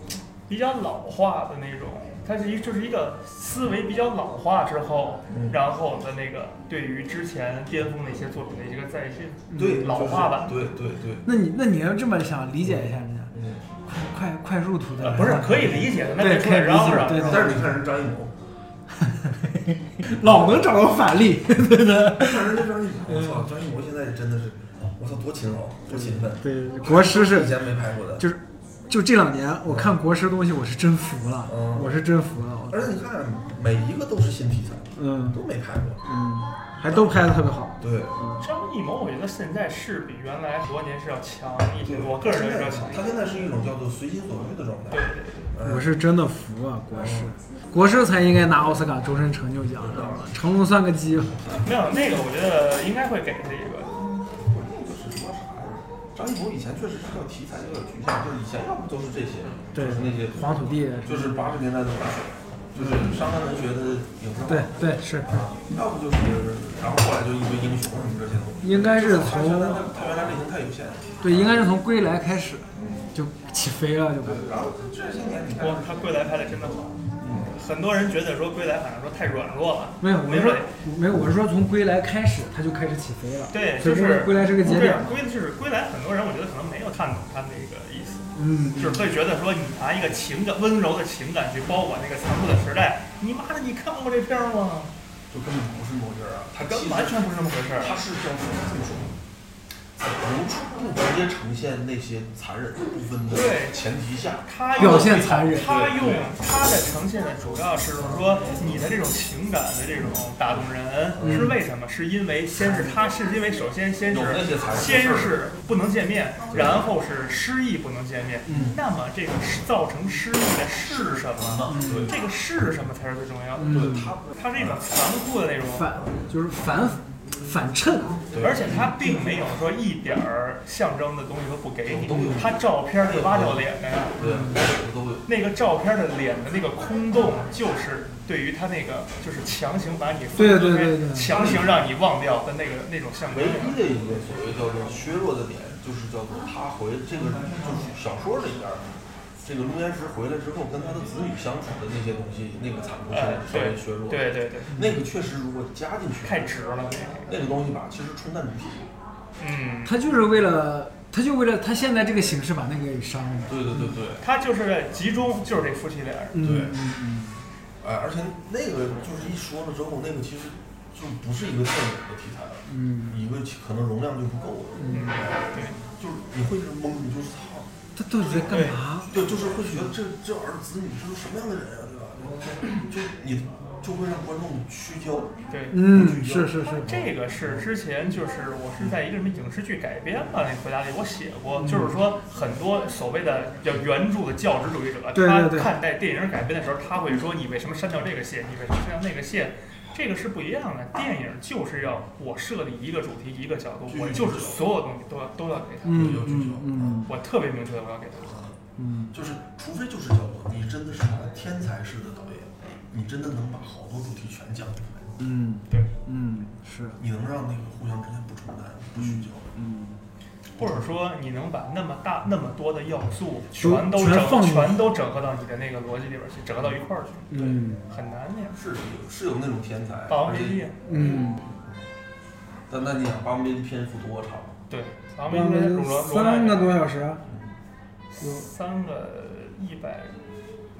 [SPEAKER 3] 比较老化的那种，他是一就是一个思维比较老化之后，
[SPEAKER 2] 嗯
[SPEAKER 3] 然后的那个对于之前巅峰的一些作品的一个再现，
[SPEAKER 1] 对，
[SPEAKER 3] 老化吧。
[SPEAKER 1] 就是对对对，
[SPEAKER 2] 那你那你要这么想理解一下人家，
[SPEAKER 1] 嗯。
[SPEAKER 2] 快快速图
[SPEAKER 3] 呃
[SPEAKER 2] 的，啊
[SPEAKER 3] 不是可以理解的，那
[SPEAKER 2] 对
[SPEAKER 3] 别出来
[SPEAKER 2] 可以理
[SPEAKER 3] 嚷
[SPEAKER 2] 解
[SPEAKER 3] 嚷。
[SPEAKER 2] 对对
[SPEAKER 1] 但是你看人张艺谋，
[SPEAKER 2] 老能找到反例， (laughs) 对的。
[SPEAKER 1] 看人家张艺谋，我
[SPEAKER 2] 嗯
[SPEAKER 1] 操，张艺谋现在真的是，我操，多勤劳，多勤奋。
[SPEAKER 2] 对，国师
[SPEAKER 1] 以
[SPEAKER 2] 是
[SPEAKER 1] 前没拍过的。
[SPEAKER 2] 就是就这两年我看国师东西，我是真服了，
[SPEAKER 1] 嗯
[SPEAKER 2] 我是真服了，我
[SPEAKER 1] 而且你看，每一个都是新题材，
[SPEAKER 2] 嗯
[SPEAKER 1] 都没拍过。
[SPEAKER 2] 嗯，还都拍的特别好。
[SPEAKER 1] 对，
[SPEAKER 3] 张艺谋，我觉得现在是比原来很多年是要强一些
[SPEAKER 1] 对，
[SPEAKER 3] 我个人
[SPEAKER 1] 他
[SPEAKER 3] 认
[SPEAKER 1] 现
[SPEAKER 3] 为
[SPEAKER 1] 在
[SPEAKER 3] 要强一些
[SPEAKER 1] 他。现在是一种叫做随心所欲的状态
[SPEAKER 3] 对。对对。
[SPEAKER 1] 嗯
[SPEAKER 2] 我是真的服啊，国师，国师才应该拿奥斯卡终身成就奖，知道吗？成龙算个鸡吧。
[SPEAKER 3] 没有那个，我觉得应该会给他一个。
[SPEAKER 1] 就是说啥呀？张艺谋以前确实是对题材有点局限，就是以前要不都是这些，
[SPEAKER 2] 对
[SPEAKER 1] 就是那些，
[SPEAKER 2] 黄土地，
[SPEAKER 1] 就是八十年代的大水，就是伤感文学的影视化
[SPEAKER 2] 对对是，
[SPEAKER 1] 啊，要不就是，然后后来就一堆英雄什么这些东西。
[SPEAKER 2] 应该是
[SPEAKER 1] 他原来
[SPEAKER 2] 从
[SPEAKER 1] 他原来类型太有限了，
[SPEAKER 2] 对，应该是从归来开始就起飞了，就感觉
[SPEAKER 1] 然后这些年你看，
[SPEAKER 3] 哇，他归来拍的真的好。很多人觉得说归来好像说太软弱了，
[SPEAKER 2] 没有，我
[SPEAKER 3] 没
[SPEAKER 2] 是说
[SPEAKER 3] 有
[SPEAKER 2] 没有，我是说从归来开始他就开始起飞了，
[SPEAKER 3] 对，
[SPEAKER 2] 所以
[SPEAKER 3] 就是
[SPEAKER 2] 归来是个节点，
[SPEAKER 3] 对归就是归来，很多人我觉得可能没有看懂他那个意思，
[SPEAKER 2] 嗯，
[SPEAKER 3] 就是会觉得说你拿一个情感温柔的情感去包裹那个残酷的时代，你妈的，你看过这片儿吗？
[SPEAKER 1] 就根本不是那么回事儿啊。他
[SPEAKER 3] 他
[SPEAKER 1] 根本
[SPEAKER 3] 跟完全不是那么回事
[SPEAKER 1] 他
[SPEAKER 3] 儿。
[SPEAKER 1] 是叫什么这么说？不出不直接呈现那些残忍不分的
[SPEAKER 3] 对
[SPEAKER 1] 前提下，
[SPEAKER 3] 他
[SPEAKER 2] 表现残忍
[SPEAKER 3] 他用他的呈现的主要是说你的这种情感的这种打动人、
[SPEAKER 2] 嗯
[SPEAKER 3] 是为什么？是因为先是他是因为首先先是
[SPEAKER 1] 有那些残忍的事儿
[SPEAKER 3] 先是不能见面，然后是失忆不能见面。
[SPEAKER 2] 嗯
[SPEAKER 3] 那么这个是造成失忆的是什么？
[SPEAKER 1] 对
[SPEAKER 3] 这个是什么才是最重要的？
[SPEAKER 1] 对他
[SPEAKER 3] 他这种残酷的那种
[SPEAKER 2] 嗯反就是反反衬，啊
[SPEAKER 1] 对
[SPEAKER 3] 而且他并没有说一点儿象征的东西都不给你
[SPEAKER 1] 都有，
[SPEAKER 3] 他照片是挖掉脸的呀。
[SPEAKER 1] 对都有。
[SPEAKER 3] 那个照片的脸的那个空洞，就是对于他那个就是强行把你
[SPEAKER 2] 对对对对
[SPEAKER 3] 强行让你忘掉的那个那种象征
[SPEAKER 1] 唯。一的一个所谓叫做削弱的点，就是叫做他回这个就是小说里边儿，这个陆焉识回来之后跟他的子女相处的那些东西，那个残酷性
[SPEAKER 3] 哎，
[SPEAKER 1] 是稍
[SPEAKER 3] 对
[SPEAKER 1] 微削弱的。
[SPEAKER 3] 对对对，
[SPEAKER 1] 那个确实如果加进去，
[SPEAKER 3] 太直了那个。
[SPEAKER 1] 那个东西吧，其实冲淡主题。
[SPEAKER 3] 嗯，
[SPEAKER 2] 他就是为了他就为了他现在这个形式把那个给删了，
[SPEAKER 1] 对对对对。
[SPEAKER 3] 他就是集中就是这夫妻俩，
[SPEAKER 2] 嗯
[SPEAKER 1] 呃哎，而且那个就是一说了之后，那个其实就不是一个特有的题材了，嗯，一个可能容量就不够了，嗯，对，就是你会是懵，你就是操，
[SPEAKER 2] 他到底在干嘛？
[SPEAKER 1] 对，就是会觉得这这儿子女是个什么样的人啊，对吧？就就你就会让观众屈焦，
[SPEAKER 3] 对，
[SPEAKER 2] 嗯，是是是，
[SPEAKER 3] 这个
[SPEAKER 2] 嗯
[SPEAKER 3] 是之前就是我是在一个什么影视剧改编吧，那回答里我写过，
[SPEAKER 2] 嗯
[SPEAKER 3] 就是说很多所谓的叫原著的教旨主义者，
[SPEAKER 2] 对对对
[SPEAKER 3] 他看待电影改编的时候，他会说你为什么删掉这个线，你为什么删掉那个线。这个是不一样的，电影就是要我设立一个主题、一个角度，我就是所有东西都要都要给他，
[SPEAKER 2] 嗯嗯嗯
[SPEAKER 3] 我特别明确的我要给他。
[SPEAKER 2] 嗯，
[SPEAKER 1] 就是除非就是叫做你真的是个天才式的导演，你真的能把好多主题全讲出来，
[SPEAKER 4] 嗯
[SPEAKER 3] 对，
[SPEAKER 4] 嗯是，
[SPEAKER 1] 你能让那个互相之间不冲淡、不虚焦，
[SPEAKER 4] 嗯
[SPEAKER 3] 或者说你能把那么大那么多的要素全
[SPEAKER 2] 都
[SPEAKER 3] 都
[SPEAKER 2] 全
[SPEAKER 3] 整
[SPEAKER 2] 放进去
[SPEAKER 3] 全都整合到你的那个逻辑里边去，整合到一块儿去，
[SPEAKER 4] 嗯
[SPEAKER 3] 很难那样。
[SPEAKER 1] 是有是有那种天才，
[SPEAKER 3] 霸王
[SPEAKER 1] 而
[SPEAKER 3] 别
[SPEAKER 1] 且
[SPEAKER 3] 姬，
[SPEAKER 4] 嗯，
[SPEAKER 1] 但那你想《霸王别姬》篇幅多长？
[SPEAKER 3] 对，霸王别姬跟鲁罗罗
[SPEAKER 2] 三个多小时，啊
[SPEAKER 3] 三个一百，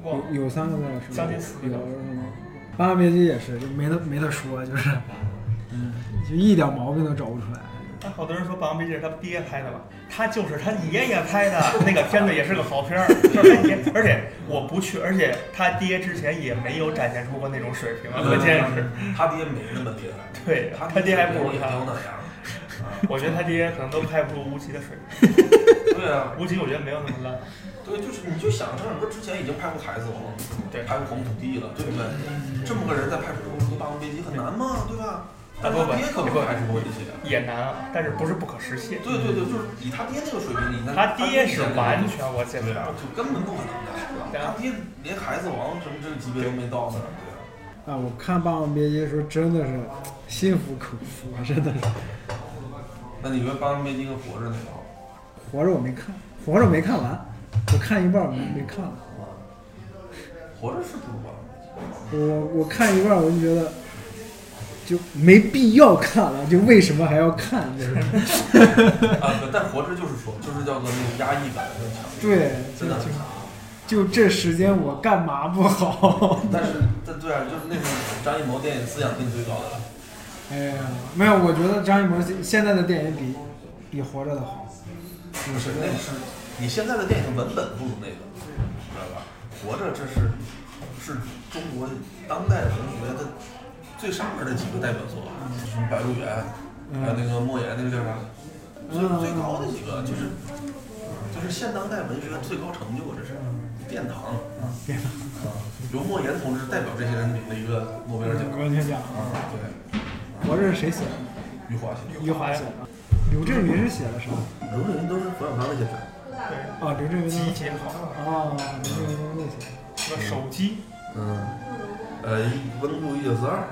[SPEAKER 3] 哇，
[SPEAKER 2] 有有三个多小时吗，
[SPEAKER 3] 将近四个
[SPEAKER 2] 有
[SPEAKER 3] 小时
[SPEAKER 2] 是吗？《霸王别姬》也是，就没得没得说，就是，嗯，就一点毛病都找不出来。
[SPEAKER 3] 但好多人说霸王别姬是他爹拍的吧？他就是他爷爷拍的那个片子，也是个好片儿，就是他爷。而且我不去，而且他爹之前也没有展现出过那种水平啊， (laughs) 可见
[SPEAKER 2] 嗯
[SPEAKER 3] 是。
[SPEAKER 1] 嗯他爹没那么厉害，
[SPEAKER 3] 对
[SPEAKER 1] 他
[SPEAKER 3] 他爹还不如
[SPEAKER 1] 也
[SPEAKER 3] 他
[SPEAKER 1] 就那样。
[SPEAKER 3] 我觉得他爹可能都拍不出吴奇的水平，
[SPEAKER 1] 对啊，
[SPEAKER 3] 吴奇我觉得没有那么烂。
[SPEAKER 1] 对，就是你就想张小哥之前已经拍过《孩子王》了，
[SPEAKER 3] 对嗯
[SPEAKER 1] 拍过《黄土地》了，对不对？这么个人再拍出这么多《霸王别姬》很难吗？对吧？
[SPEAKER 3] 大
[SPEAKER 1] 但
[SPEAKER 3] 哥
[SPEAKER 1] 他
[SPEAKER 3] 吧
[SPEAKER 1] 爹可
[SPEAKER 3] 你
[SPEAKER 1] 不
[SPEAKER 3] 会
[SPEAKER 1] 拍出过这些。
[SPEAKER 3] 也难啊，但是不是不可实现。
[SPEAKER 1] 对对对，就是以他爹那个水平，你看
[SPEAKER 3] 他爹是完
[SPEAKER 1] 全
[SPEAKER 3] 全我见不
[SPEAKER 1] 对啊
[SPEAKER 3] 了，，
[SPEAKER 1] 就根本不可能的。
[SPEAKER 3] 对
[SPEAKER 1] 他
[SPEAKER 3] 啊
[SPEAKER 1] 爹连《孩子王》什么这个级别都没到呢，对啊。
[SPEAKER 2] 啊，我看《霸王别姬》的时候真的是心服口服，啊真的是。
[SPEAKER 1] 那你觉得《霸王别姬》跟《活着》哪个好？
[SPEAKER 2] 活着我没看，活着我没看完，我看一半儿没没看了。
[SPEAKER 1] 活着是不如《霸王别
[SPEAKER 3] (laughs)
[SPEAKER 1] 姬》。
[SPEAKER 2] 我我看一半儿我就觉得就没必要看了，就为什么还要看？
[SPEAKER 3] (laughs)
[SPEAKER 2] 就是
[SPEAKER 1] 啊，不但活着就是说，就是叫做那个压抑感更强，
[SPEAKER 2] 对，就
[SPEAKER 1] 真的很强。
[SPEAKER 2] 就就这时间我干嘛不好？ (laughs)
[SPEAKER 1] 但是，但对啊，就是那种张艺谋电影思想性最高的了。
[SPEAKER 2] 哎呀，没有，我觉得张艺谋现在的电影比比活着的好。
[SPEAKER 1] 不是，那是你现在的电影文本不如那个，知道吧？活着这是是中国当代文学的最上面的几个代表作，什么《白鹿原》，还有那个莫言那个叫啥，最最高的几个就是就是现当代文学最高成就，这是殿堂。嗯殿堂啊，由莫言同志代表这些人领的一个诺贝尔奖。
[SPEAKER 2] 我先讲
[SPEAKER 1] 啊，
[SPEAKER 2] 啊，
[SPEAKER 1] 对，
[SPEAKER 2] 活着是谁写的？
[SPEAKER 1] 余华写的，
[SPEAKER 2] 余华写的。刘震云是写的什么？
[SPEAKER 1] 刘震云都是冯小刚的写的。
[SPEAKER 3] 对，
[SPEAKER 2] 啊，刘震云
[SPEAKER 3] 集
[SPEAKER 2] 的
[SPEAKER 3] 结好，
[SPEAKER 2] 啊，刘震云都是那些
[SPEAKER 3] 什么手机，
[SPEAKER 1] 嗯，呃，温故一九四二，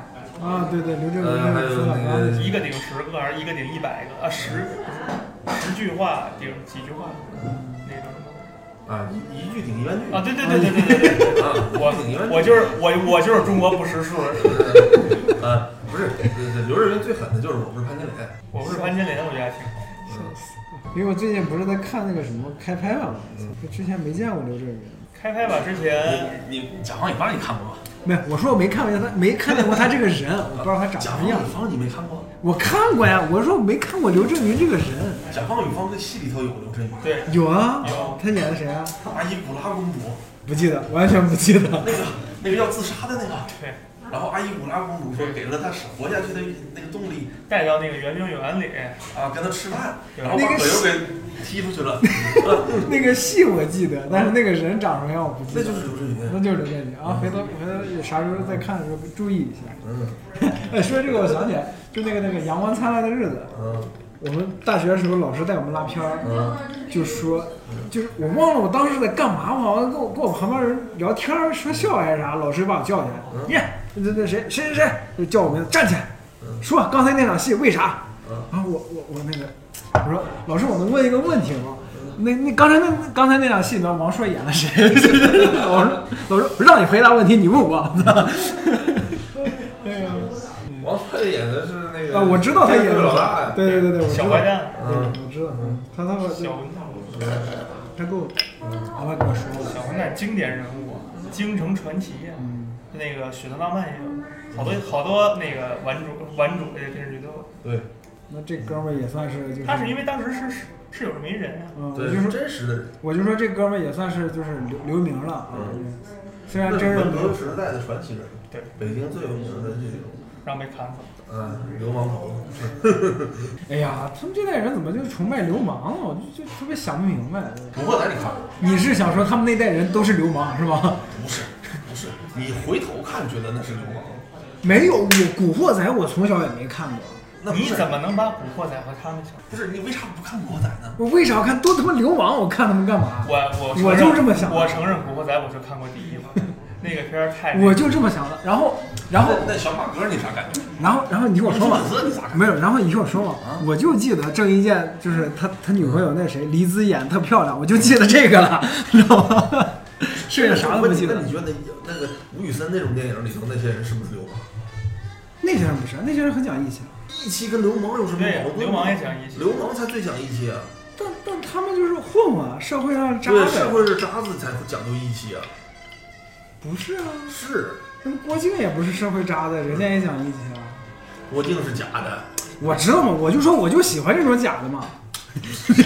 [SPEAKER 2] 啊，对对，刘震云
[SPEAKER 1] 呃，还
[SPEAKER 2] 是啊
[SPEAKER 1] 有
[SPEAKER 2] 冯小
[SPEAKER 1] 那
[SPEAKER 2] 刚
[SPEAKER 1] 个
[SPEAKER 2] 的
[SPEAKER 3] 一个顶十个还是一个顶一百个啊？十十句话顶几句话，那个什
[SPEAKER 1] 啊，一一句顶一万句
[SPEAKER 3] 么啊？对对对对对对对，
[SPEAKER 1] 啊，一句顶一万
[SPEAKER 3] 我
[SPEAKER 1] 句
[SPEAKER 3] 我就是我我就是中国不识数，
[SPEAKER 1] 啊，不是，对对对刘震云最狠的就是我不是潘金莲，
[SPEAKER 3] 我不是潘金莲，我觉得还挺好。
[SPEAKER 2] 因为我最近不是在看那个什么开拍嘛，就之前没见过刘震云。
[SPEAKER 3] 开拍吧之前，
[SPEAKER 1] 你你甲方乙方你看过吗？
[SPEAKER 2] 没有，我说我没看过他，没看见过他这个 (laughs) 人，我不知道他长
[SPEAKER 1] 甲方
[SPEAKER 2] 什么样
[SPEAKER 1] 乙。方你没看过？
[SPEAKER 2] 我看过呀，我说我没看过刘震云这个人。
[SPEAKER 1] 甲方乙方这戏里头有刘震云，
[SPEAKER 3] 对，
[SPEAKER 2] 有啊，
[SPEAKER 3] 有
[SPEAKER 2] 他演的谁啊？
[SPEAKER 1] 阿依古拉公主，
[SPEAKER 2] 不记得，完全不记得。 (laughs)
[SPEAKER 1] 那个那个要自杀的那个，
[SPEAKER 3] 对，
[SPEAKER 1] 然后阿依古拉公主说给了他活下去的那个动力
[SPEAKER 3] 带到那个圆明园里，
[SPEAKER 1] 啊，跟他吃饭，
[SPEAKER 3] 对
[SPEAKER 1] 然后把
[SPEAKER 2] 那个
[SPEAKER 1] 葛优
[SPEAKER 2] 戏
[SPEAKER 1] 给踢出去了，
[SPEAKER 2] (laughs) 那个戏我记得，但是那个人长什么样我不记
[SPEAKER 1] 那
[SPEAKER 2] 得。
[SPEAKER 1] 就是嗯刘震
[SPEAKER 2] 那
[SPEAKER 1] 云，
[SPEAKER 2] 就是刘震云啊！回头回头有啥时候再看的时候注意一下。 (laughs)
[SPEAKER 1] 嗯
[SPEAKER 2] 哎，说这个我想起来，就那个那个《阳光灿烂的日子》，
[SPEAKER 1] 嗯
[SPEAKER 2] 我们大学的时候老师带我们拉片儿，
[SPEAKER 1] 嗯。
[SPEAKER 2] 呃就说，就是我忘了我当时在干嘛，我好像跟我跟我旁边人聊天儿说笑还是啥，老师把我叫起
[SPEAKER 1] 嗯
[SPEAKER 2] 来，耶，那那谁谁谁谁就叫我名字站起来，
[SPEAKER 1] 嗯
[SPEAKER 2] 说刚才那场戏为啥？然后我我我那个，我说老师我能问一个问题吗？那那刚才那那刚才那场戏里面王朔演了谁？ (laughs) 老师老师让你回答问题，你
[SPEAKER 1] (laughs)
[SPEAKER 2] 问我。哎呀，
[SPEAKER 1] 王朔演的是那个
[SPEAKER 2] 啊，我知道他演
[SPEAKER 1] 监
[SPEAKER 2] 的
[SPEAKER 1] 狱老大呀，嗯
[SPEAKER 2] 对对对对，我知道
[SPEAKER 3] 小坏蛋
[SPEAKER 2] 对，我知道，他他把
[SPEAKER 3] 小混蛋。
[SPEAKER 2] 他给我嗯老板跟我说
[SPEAKER 3] 小
[SPEAKER 2] 的，嗯
[SPEAKER 3] 红奶经典人物，啊京城传奇，啊那个《雪村浪漫》也有，好多好多那个玩主玩主的呃电视剧都有。
[SPEAKER 1] 对，
[SPEAKER 2] 那这哥们儿也算是就是，
[SPEAKER 3] 他是因为当时是是是有这么一人啊，
[SPEAKER 2] 嗯，我
[SPEAKER 1] 对，
[SPEAKER 2] 就是说
[SPEAKER 1] 真实的人。
[SPEAKER 2] 我就说这哥们儿也算是就是留留名了啊，虽然
[SPEAKER 1] 嗯那
[SPEAKER 2] 真
[SPEAKER 1] 是
[SPEAKER 2] 是
[SPEAKER 1] 文革时代的传奇人物，
[SPEAKER 3] 对，
[SPEAKER 1] 北京最有名的这种，
[SPEAKER 3] 然后被砍死了。
[SPEAKER 1] 嗯，流氓头子。
[SPEAKER 2] 哎呀，他们这代人怎么就崇拜流氓了？啊我就就特别想不明
[SPEAKER 3] (laughs)
[SPEAKER 2] 白。
[SPEAKER 1] 不过咱得看，
[SPEAKER 2] 你是想说他们那代人都是流氓是吧？
[SPEAKER 1] 不是，不是，你回头看觉得那是流氓，
[SPEAKER 2] 没有，我《古惑仔》我从小也没看过，
[SPEAKER 1] 那不
[SPEAKER 3] 你
[SPEAKER 1] 是
[SPEAKER 3] 怎么能把《古惑仔》和他们想？
[SPEAKER 1] 不是你为啥不看《古惑仔》呢？
[SPEAKER 2] 我为啥看都他妈流氓？我看他们干嘛？
[SPEAKER 3] 我我承
[SPEAKER 2] 我
[SPEAKER 3] 认
[SPEAKER 2] 就这么想的
[SPEAKER 3] 我承认《古惑仔》我就看过第一回，
[SPEAKER 2] (laughs)
[SPEAKER 3] 那个片儿太
[SPEAKER 2] 我就这么想的。然后，然后，
[SPEAKER 1] 那那小马哥你啥感觉？
[SPEAKER 2] 然后，然后你听我说吧
[SPEAKER 1] 你是粉丝你咋。看
[SPEAKER 2] 没有，然后你听我说吧。
[SPEAKER 1] 啊
[SPEAKER 2] 我就记得郑伊健就是他，他女朋友那谁黎姿演特漂亮，我就记得这个了，知道吗？剩下啥都不记
[SPEAKER 1] 那
[SPEAKER 2] 得
[SPEAKER 1] 你。觉得那个吴宇森那种电影里头那些人是不是流氓？
[SPEAKER 2] 那些人不是，那些人很讲义气，
[SPEAKER 1] 义气跟流氓有什么
[SPEAKER 3] 对
[SPEAKER 1] 矛盾？
[SPEAKER 3] 流氓也讲义气
[SPEAKER 1] 流氓才最讲义气啊！
[SPEAKER 2] 但但他们就是混嘛，社会上渣
[SPEAKER 1] 对，社
[SPEAKER 2] 呗。
[SPEAKER 1] 会是渣子才会讲究义气啊！
[SPEAKER 2] 不是啊，
[SPEAKER 1] 是，
[SPEAKER 2] 那郭靖也不是社会渣子，人家也讲义气啊。
[SPEAKER 1] 郭靖是假的，
[SPEAKER 2] 我知道嘛，我就说我就喜欢这种假的嘛。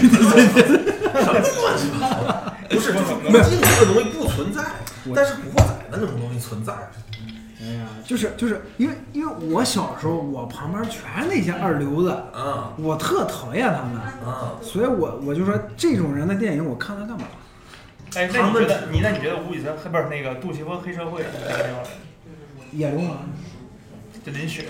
[SPEAKER 1] 什么乱七八糟？不是，就是郭靖这个东西不存在，但是古惑仔那种东西存在。
[SPEAKER 2] 哎呀，就是就是因为因为我小时候我旁边全是那些二流子，
[SPEAKER 1] 啊
[SPEAKER 2] 我特讨厌他们，
[SPEAKER 1] 啊！
[SPEAKER 2] 所以我我就说这种人的电影我看他干嘛？
[SPEAKER 3] 哎，那
[SPEAKER 1] 他
[SPEAKER 3] 你
[SPEAKER 1] 们
[SPEAKER 3] 觉得你那你觉得吴宇森不是那个杜琪峰黑社会那个地方人，
[SPEAKER 2] 野流氓，
[SPEAKER 3] 就林雪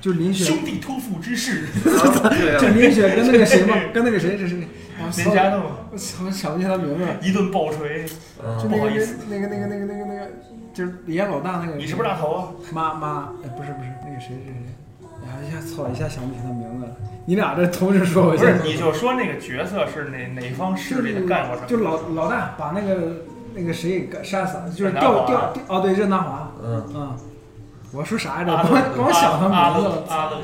[SPEAKER 2] 就林雪
[SPEAKER 3] 兄，弟托付之事，
[SPEAKER 1] 对啊
[SPEAKER 2] 就
[SPEAKER 1] 呀，
[SPEAKER 2] 林雪跟那个 (laughs) 谁嘛，跟那个谁，这是啊
[SPEAKER 3] 林家栋
[SPEAKER 2] 我想想不起他名字了，
[SPEAKER 3] 一顿
[SPEAKER 2] (laughs)
[SPEAKER 3] 暴锤，
[SPEAKER 1] 啊
[SPEAKER 2] 就
[SPEAKER 3] 嗯不
[SPEAKER 2] 那
[SPEAKER 3] 好
[SPEAKER 2] 个
[SPEAKER 3] 意思
[SPEAKER 2] 那个那个那个那个那个，就是李家老大那个，
[SPEAKER 3] 你是不是大头啊？
[SPEAKER 2] 妈妈，哎，不是不是，那个谁谁谁，哎呀，一下操，一下想不起他名字了。你俩这同时说，我
[SPEAKER 3] 不
[SPEAKER 2] 现
[SPEAKER 3] 是
[SPEAKER 2] 在，
[SPEAKER 3] 你就说那个角色是哪哪方势力的干过什么？
[SPEAKER 2] 就老老大把那个那个谁给干杀死了，就是
[SPEAKER 3] 任达
[SPEAKER 2] 调
[SPEAKER 3] 华
[SPEAKER 2] 调调哦，对，任达华，
[SPEAKER 1] 嗯
[SPEAKER 2] 嗯，我说啥来着？
[SPEAKER 3] 阿
[SPEAKER 2] 光
[SPEAKER 3] 乐
[SPEAKER 2] 光想他
[SPEAKER 3] 阿
[SPEAKER 2] 名字
[SPEAKER 3] 乐
[SPEAKER 2] 了，
[SPEAKER 3] 阿乐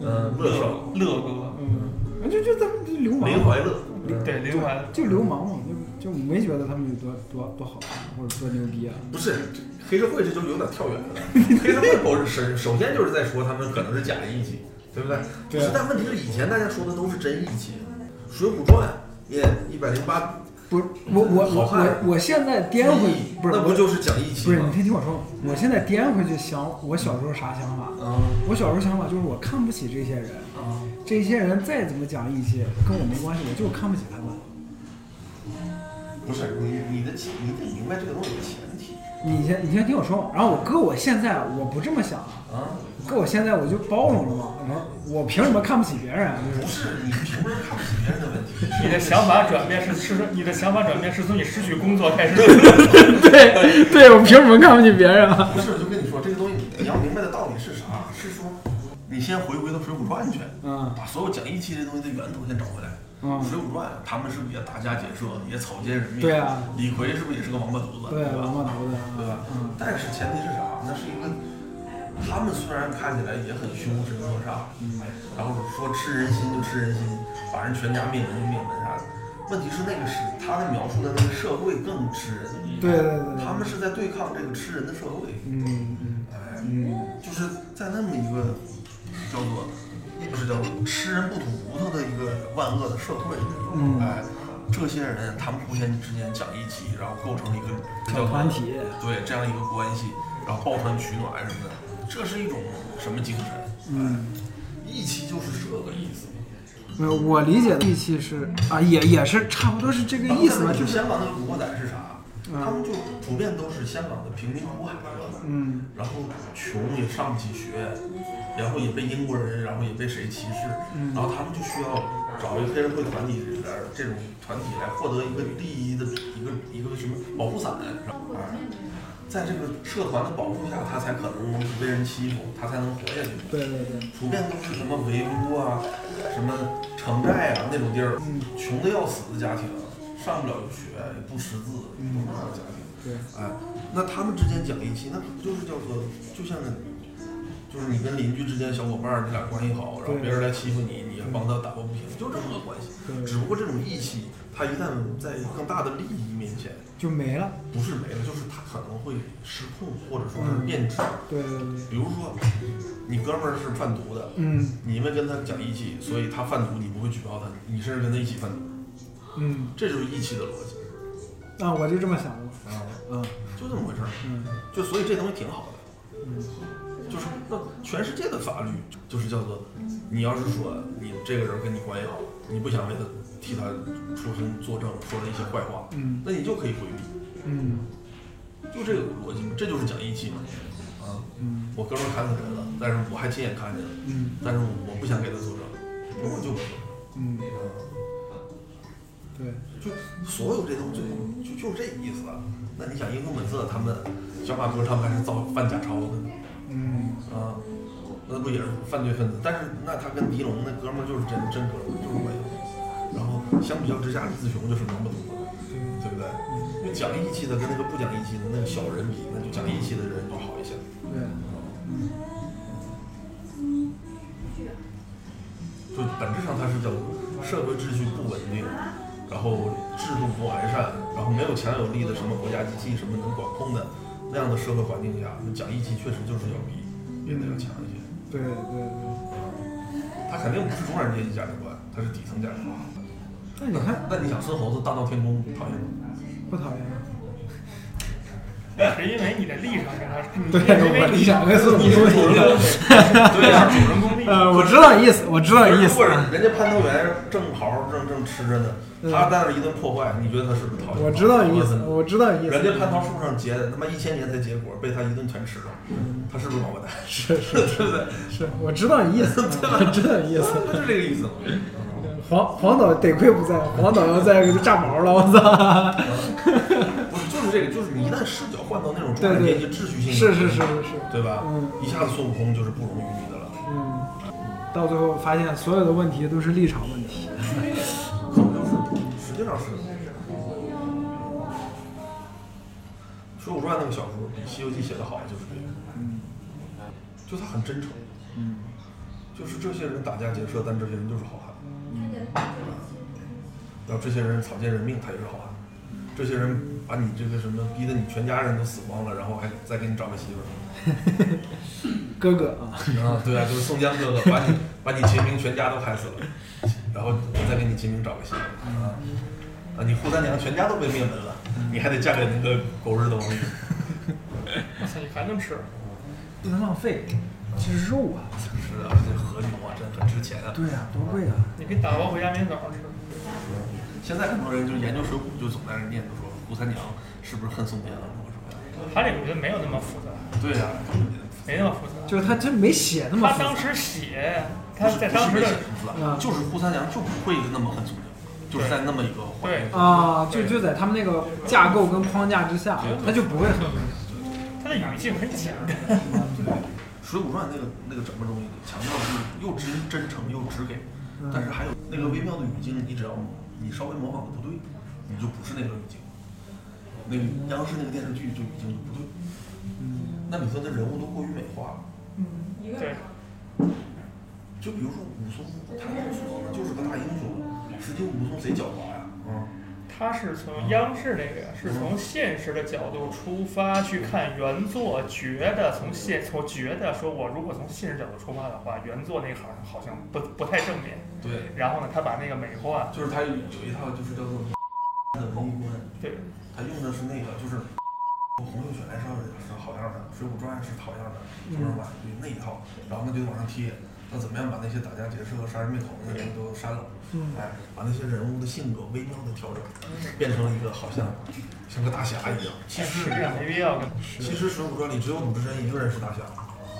[SPEAKER 1] 嗯，乐少，
[SPEAKER 3] 乐哥，
[SPEAKER 2] 嗯，就就咱们就流
[SPEAKER 1] 林
[SPEAKER 2] 氓，
[SPEAKER 1] 怀乐，
[SPEAKER 3] 对林怀
[SPEAKER 2] 就流氓嘛，就就没觉得他们有多多多好看或者多牛逼啊。
[SPEAKER 1] 嗯不是黑社会，这就有点跳远了。黑社会不是首首先就是在说他们可能是假义气，对不对？
[SPEAKER 2] 对
[SPEAKER 1] 不
[SPEAKER 2] 啊
[SPEAKER 1] 是但问题是以前大家说的都是真义气，《水浒传》也一百零八，
[SPEAKER 2] 不是我我
[SPEAKER 1] 好
[SPEAKER 2] 我
[SPEAKER 1] 汉
[SPEAKER 2] 我我现在颠回不是
[SPEAKER 1] 那不就是讲义气
[SPEAKER 2] 不是你
[SPEAKER 1] 吗？
[SPEAKER 2] 先听我说，我现在颠回去想我小时候啥想法，
[SPEAKER 1] 嗯
[SPEAKER 2] 我小时候想法就是我看不起这些人，
[SPEAKER 1] 啊，
[SPEAKER 2] 这些人再怎么讲义气，跟我没关系，我就看不起他们。
[SPEAKER 1] 不是你你的起你得明白这个东西的前提
[SPEAKER 2] 你先你先听我说，然后我哥我现在我不这么想了， (laughs)
[SPEAKER 1] 啊，
[SPEAKER 2] 哥我现在我就包容了嘛，然后我凭什么看不起别人啊？就
[SPEAKER 1] 不
[SPEAKER 2] 是
[SPEAKER 1] 是你是不是看不起别人的问题？
[SPEAKER 3] 你的想法转变是是你的想法转变是从你失去工作开
[SPEAKER 1] (laughs)
[SPEAKER 3] 始，
[SPEAKER 2] 对对，我凭什么看不起别人啊？
[SPEAKER 1] 不是，就跟你说这个东西，你要明白的道理是啥？是说你先回归到《水浒传》去，
[SPEAKER 2] 嗯
[SPEAKER 1] 把所有讲义气这东西的源头先找回来。
[SPEAKER 2] 嗯
[SPEAKER 1] 水浒传》他们是不是也打家劫舍，也草菅人命？
[SPEAKER 2] 对啊
[SPEAKER 1] 李逵是不是也是个王八犊子？
[SPEAKER 2] 对，啊
[SPEAKER 1] 吧？
[SPEAKER 2] 王八犊子，
[SPEAKER 1] 对吧？
[SPEAKER 2] 嗯，
[SPEAKER 1] 但是前提是啥？那是一个，他们虽然看起来也很凶神恶煞，嗯，然后说吃人心就吃人心，把人全家灭门就灭门啥的。问题是那个是他的描述的那个社会更吃人，
[SPEAKER 2] 对对对对
[SPEAKER 1] 他们是在对抗这个吃人的社会，
[SPEAKER 2] 嗯嗯
[SPEAKER 1] 哎，
[SPEAKER 2] 嗯，
[SPEAKER 1] 就是在那么一个叫做就是叫做吃人不吐骨头的一个万恶的社会里头，
[SPEAKER 2] 嗯
[SPEAKER 1] 哎，这些人他们互相之间讲义气，然后构成一个这叫
[SPEAKER 2] 小
[SPEAKER 1] 做
[SPEAKER 2] 团体，
[SPEAKER 1] 对这样一个关系，然后抱团取暖什么的，这是一种什么精神？
[SPEAKER 2] 嗯。
[SPEAKER 1] 义气就是这个意思。
[SPEAKER 2] 没有，我理解的义气是啊，也也是差不多是这嗯个意思吧，就
[SPEAKER 1] 就是香港那个古惑仔是啥？他们就普遍都是香港的贫民窟海子，
[SPEAKER 2] 嗯，
[SPEAKER 1] 然后穷也上不起学，然后也被英国人，然后也被谁歧视，
[SPEAKER 2] 嗯
[SPEAKER 1] 然后他们就需要找一个黑社会团体里边儿这种团体来获得一个利益的一个一个什么保护伞，然后哎在这个社团的保护下，他才可能不被人欺负，他才能活下去。
[SPEAKER 2] 对对对，
[SPEAKER 1] 普遍都是什么围屋啊、什么城寨啊那种地儿，穷的要死的家庭，上不了学，也不识字，都是那种家庭。
[SPEAKER 2] 对，
[SPEAKER 1] 哎，那他们之间讲义气，那不就是叫做就像就是你跟邻居之间小伙伴儿，你俩关系好，然后
[SPEAKER 2] 对
[SPEAKER 1] 别人来欺负你，你也帮他打抱不平，就这么个关系。
[SPEAKER 2] 对
[SPEAKER 1] 只不过这种义气，它一旦在更大的利益面前，
[SPEAKER 2] 就没了。
[SPEAKER 1] 不是没了，就是它可能会失控，或者说是变质。
[SPEAKER 2] 对对对，
[SPEAKER 1] 比如说，你哥们儿是贩毒的，
[SPEAKER 2] 嗯
[SPEAKER 1] 你因为跟他讲义气，所以他贩毒，你不会举报他，你甚至跟他一起贩毒，
[SPEAKER 2] 嗯，
[SPEAKER 1] 这就是义气的逻辑
[SPEAKER 2] 啊，我就这么想过。
[SPEAKER 1] 啊，
[SPEAKER 2] 嗯
[SPEAKER 1] 就这么回事儿。
[SPEAKER 2] 嗯
[SPEAKER 1] 就所以这东西挺好的，就是那全世界的法律就是叫做，你要是说你这个人跟你关系好，你不想为他替他出声作证，说了一些坏话，
[SPEAKER 2] 嗯
[SPEAKER 1] 那你就可以回避，
[SPEAKER 2] 嗯
[SPEAKER 1] 就这个逻辑嘛，这就是讲义气嘛，啊，
[SPEAKER 2] 嗯
[SPEAKER 1] 我哥们儿砍死人了，但是我还亲眼看见了，
[SPEAKER 2] 嗯
[SPEAKER 1] 但是我不想给他作证，那我就不说，
[SPEAKER 2] 嗯，
[SPEAKER 1] 嗯。
[SPEAKER 2] 对，
[SPEAKER 1] 就所有这东西就就这意思。那你想，英雄本色他们小马哥他们还是造贩假钞的呢
[SPEAKER 2] 嗯
[SPEAKER 1] 啊，那不也是犯罪分子？但是那他跟狄龙那哥们儿就是真真哥们儿，就是关系好。然后相比较之下，李子雄就是王八犊子，对不对？因为讲义气的跟那个不讲义气的那个小人比，那就讲义气的人就好一些。
[SPEAKER 2] 对，
[SPEAKER 1] 就本质上它是叫社会秩序不稳定，然后制度不完善，然后没有强有力的什么国家机器什么能管控的那样的社会环境下，那讲义气确实就是要比别的要强一些。
[SPEAKER 2] 对对对。
[SPEAKER 1] 它肯定不是中产阶级价值观，它是底层价值观。
[SPEAKER 2] 但你看
[SPEAKER 1] 那你想孙猴子大闹天宫讨厌吗？ (laughs)
[SPEAKER 2] 不讨厌吗？
[SPEAKER 3] 是因为你的立场跟他，你
[SPEAKER 2] 对，
[SPEAKER 3] 因为
[SPEAKER 2] 我理
[SPEAKER 3] 你
[SPEAKER 2] 想跟孙
[SPEAKER 1] 你
[SPEAKER 2] 不
[SPEAKER 1] 主
[SPEAKER 2] 一
[SPEAKER 1] 人
[SPEAKER 2] 样。
[SPEAKER 1] 公，对呀、
[SPEAKER 2] (laughs)
[SPEAKER 3] 主人公立场，
[SPEAKER 2] 呃，我知道意思，我知道意
[SPEAKER 1] 如
[SPEAKER 2] 思
[SPEAKER 1] 果。人家蟠桃园正庖正正吃着呢，他在那儿一顿破坏，你觉得他是不是讨厌？
[SPEAKER 2] 嗯我知道意
[SPEAKER 1] 讨
[SPEAKER 2] 思，
[SPEAKER 1] 厌
[SPEAKER 2] 我知道意思。
[SPEAKER 1] 人家蟠桃树上结的，他妈一千年才结果，被他一顿全吃了，
[SPEAKER 2] 嗯
[SPEAKER 1] 他是不是王八蛋？
[SPEAKER 2] 是是
[SPEAKER 1] 对不对？
[SPEAKER 2] 是，我知道意 (laughs) 思，我知道意思。
[SPEAKER 1] 不就这个意思吗？
[SPEAKER 2] 黄黄导得亏不在，黄导要在就炸毛了，我操！
[SPEAKER 1] (laughs) 不是，就是这个，就是你一旦视角换到那种中
[SPEAKER 2] 对
[SPEAKER 1] 产阶
[SPEAKER 2] 对
[SPEAKER 1] 级秩序性，
[SPEAKER 2] 是是是是，是，
[SPEAKER 1] 对吧？
[SPEAKER 2] 嗯
[SPEAKER 1] 一下子孙悟空就是不容于你的了，
[SPEAKER 2] 嗯，到最后发现所有的问题都是立场问题。
[SPEAKER 1] 可能就是实际上是。《水浒传》那个小说比《西游记》写的好，就是这个，就他很真诚，
[SPEAKER 2] 嗯，
[SPEAKER 1] 就是这些人打家劫舍，但这些人就是好汉。然后这些人草菅人命，他也是好汉。这些人把你这个什么逼得你全家人都死光了，然后还再给你找个媳妇
[SPEAKER 2] 哥哥啊，
[SPEAKER 1] 儿。啊，
[SPEAKER 3] (laughs)
[SPEAKER 1] 对啊，就是宋江哥哥把你把你秦明全家都害死了，然后我再给你秦明找个媳妇
[SPEAKER 3] 嗯
[SPEAKER 1] 儿啊。啊，你扈三娘全家都被灭门了，你还得嫁给那个狗日的王允。
[SPEAKER 3] 我操，你还能吃？
[SPEAKER 2] 不能浪费，这是肉啊！
[SPEAKER 1] 是啊，这和牛啊，真很值钱啊。
[SPEAKER 2] 对啊，多贵啊！
[SPEAKER 3] 你可以打包回家，明天早上吃。
[SPEAKER 1] 现在很多人就研究《水浒》，就总在那念叨说扈三娘是不是恨宋江啊什么的。
[SPEAKER 3] 他这个我觉得没有那么复杂，
[SPEAKER 1] 对啊呀、
[SPEAKER 3] 没那么复杂。
[SPEAKER 2] 就是他真没写那么
[SPEAKER 3] 他
[SPEAKER 2] 复
[SPEAKER 3] 当
[SPEAKER 2] 杂。
[SPEAKER 3] 时写，
[SPEAKER 1] 不
[SPEAKER 3] 他
[SPEAKER 1] 是
[SPEAKER 3] 在
[SPEAKER 1] 不
[SPEAKER 3] 当
[SPEAKER 1] 是
[SPEAKER 3] 时
[SPEAKER 1] 没
[SPEAKER 3] 的
[SPEAKER 1] 写出来，
[SPEAKER 2] 嗯
[SPEAKER 1] 啊就是扈三娘就不会那么恨宋江，就是在那么一个环境
[SPEAKER 3] 对
[SPEAKER 1] 下。
[SPEAKER 2] 啊，就就在他们那个架构跟框架之下，他就不会很 (laughs)
[SPEAKER 3] 他的语境很简单。
[SPEAKER 1] 《水浒传》那个那个整个东西强调是又直真诚又直给，但是还有那个微妙的语境，你只要你稍微模仿的不对，你就不是那个语境。那个央视那个电视剧就语境就不对，那里头的人物都过于美化了。
[SPEAKER 3] 对，
[SPEAKER 1] 就比如说武松，他武松就是个大英雄，实际武松贼狡猾呀，啊，
[SPEAKER 3] 他是从央视那个是从现实的角度出发去看原作，觉得从现从觉得说我如果从现实角度出发的话，原作那行好像不不太正面。
[SPEAKER 1] 对，
[SPEAKER 3] 然后呢，他把那个美化，
[SPEAKER 1] 就是他有一套就是叫做的文艺观。
[SPEAKER 3] 对，
[SPEAKER 1] 他用的是那个，就是洪秀全是是好样的，《水浒传》是好样的，什么什么对那一套，然后那就往上贴。那怎么样把那些打家劫舍、杀人灭口的人都删了？哎，把那些人物的性格微妙的调整，变成了一个好像像个大侠一样。其实
[SPEAKER 3] 实际上没必要跟。
[SPEAKER 1] 其实《水浒传》里只有鲁智深一个人是大侠，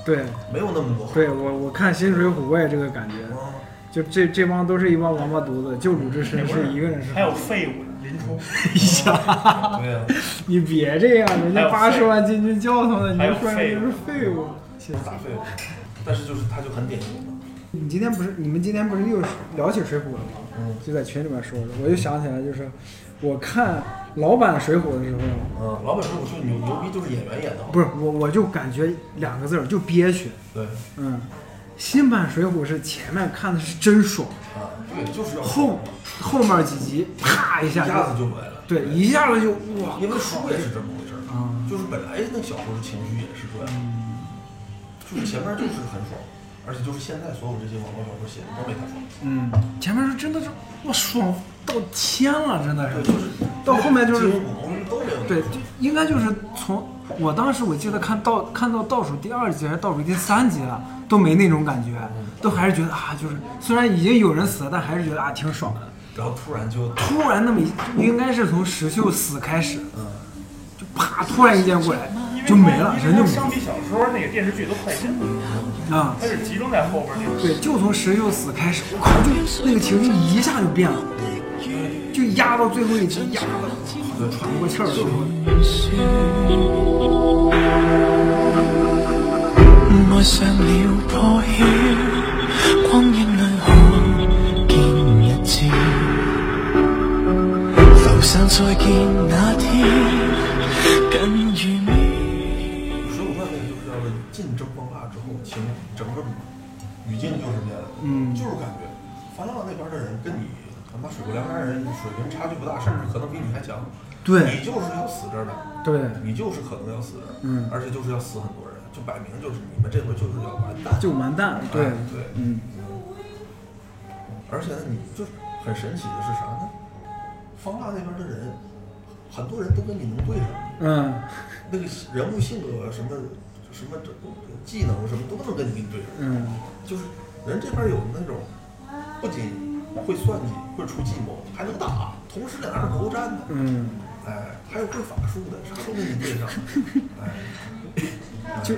[SPEAKER 2] 对。
[SPEAKER 1] 没有那么多。
[SPEAKER 2] 对我，我看《新水浒》我也这个感觉，
[SPEAKER 1] 嗯，
[SPEAKER 2] 就这这帮都是一帮王八犊子，就鲁智深是一个人是
[SPEAKER 3] 还有废物林冲，
[SPEAKER 1] 嗯 (laughs) 对啊呀、
[SPEAKER 2] 你别这样，人家
[SPEAKER 3] 还有
[SPEAKER 2] 八十
[SPEAKER 3] 废物
[SPEAKER 2] 万禁军教他们，你
[SPEAKER 3] 还有
[SPEAKER 2] 就说
[SPEAKER 3] 废
[SPEAKER 2] 人家
[SPEAKER 3] 物
[SPEAKER 2] 是废物。谢谢
[SPEAKER 1] 大废物。但是就是他就很典型嘛。
[SPEAKER 2] 你今天不是你们今天不是又聊起《水浒》了吗？
[SPEAKER 1] 嗯
[SPEAKER 2] 就在群里面说的，我就想起来，就是我看老版《水浒》的时候，
[SPEAKER 1] 嗯，老百姓我说牛牛逼就是演员演的好，
[SPEAKER 2] 不是我我就感觉两个字儿就憋屈。
[SPEAKER 1] 对，
[SPEAKER 2] 嗯，新版《水浒》是前面看的是真爽，
[SPEAKER 1] 啊，对，就是要
[SPEAKER 2] 后后面几集啪一
[SPEAKER 1] 一
[SPEAKER 2] 下
[SPEAKER 1] 下子
[SPEAKER 2] 就
[SPEAKER 1] 就没了。
[SPEAKER 2] 对，嗯一下子就哇，
[SPEAKER 1] 因为书也是这么回事儿，就是本来那小说的情绪也是这样，
[SPEAKER 2] 嗯
[SPEAKER 1] 就是前面就是很爽，而且就是现在所有这些网络小说写的都没他爽，
[SPEAKER 2] 嗯，前面是真的是哇爽到天了，真的
[SPEAKER 1] 对，
[SPEAKER 2] 是
[SPEAKER 1] 就是
[SPEAKER 2] 到后面就是
[SPEAKER 1] 金庸古龙什么都没有，
[SPEAKER 2] 对，就应该就是从我当时我记得看到看到倒数第二集还是倒数第三集了，都没那种感觉，
[SPEAKER 1] 嗯
[SPEAKER 2] 都还是觉得啊，就是虽然已经有人死了，但还是觉得啊挺爽的。
[SPEAKER 1] 然后突然就
[SPEAKER 2] 突然那么一，应该是从石秀死开始，
[SPEAKER 1] 嗯
[SPEAKER 2] 就啪突然一剑过来
[SPEAKER 3] 因为
[SPEAKER 2] 就没了，
[SPEAKER 3] 因为
[SPEAKER 2] 人就没
[SPEAKER 3] 上笔小说那个电视剧都快进了，
[SPEAKER 2] 了啊。
[SPEAKER 3] 它是集中在后边那个。
[SPEAKER 2] 对，就从石秀死开始，我靠，就那个情绪一下就变了，就压到最后一集，压的喘不过气儿了。
[SPEAKER 6] 爱上了破晓，光影里看见日照。浮生再见那天，近如秒。
[SPEAKER 1] 《水浒传》那个就是要是进争锋腊之后，情整个语境就是变了，嗯，就是感觉樊浪那边的人跟你他妈水泊梁山人水平差距不大，甚至可能比你还强，
[SPEAKER 2] 对
[SPEAKER 1] 你就是要死这儿的。
[SPEAKER 2] 对，
[SPEAKER 1] 你就是可能要死人，
[SPEAKER 2] 嗯
[SPEAKER 1] 而且就是要死很多人，就摆明就是你们这回就是要完蛋，
[SPEAKER 2] 就完蛋了。对
[SPEAKER 1] 哎对，
[SPEAKER 2] 嗯，
[SPEAKER 1] 而且呢，你就是很神奇的是啥呢？方腊那边的人，很多人都跟你能对上，
[SPEAKER 2] 嗯，
[SPEAKER 1] 那个人物性格什么什么这技能什么都能跟你对上，
[SPEAKER 2] 嗯，
[SPEAKER 1] 就是人这边有那种不仅会算计，会出计谋，还能打，同时两样勾战的，
[SPEAKER 2] 嗯，
[SPEAKER 1] 哎，还有会法术的，啥都跟你对上，哎。
[SPEAKER 2] 就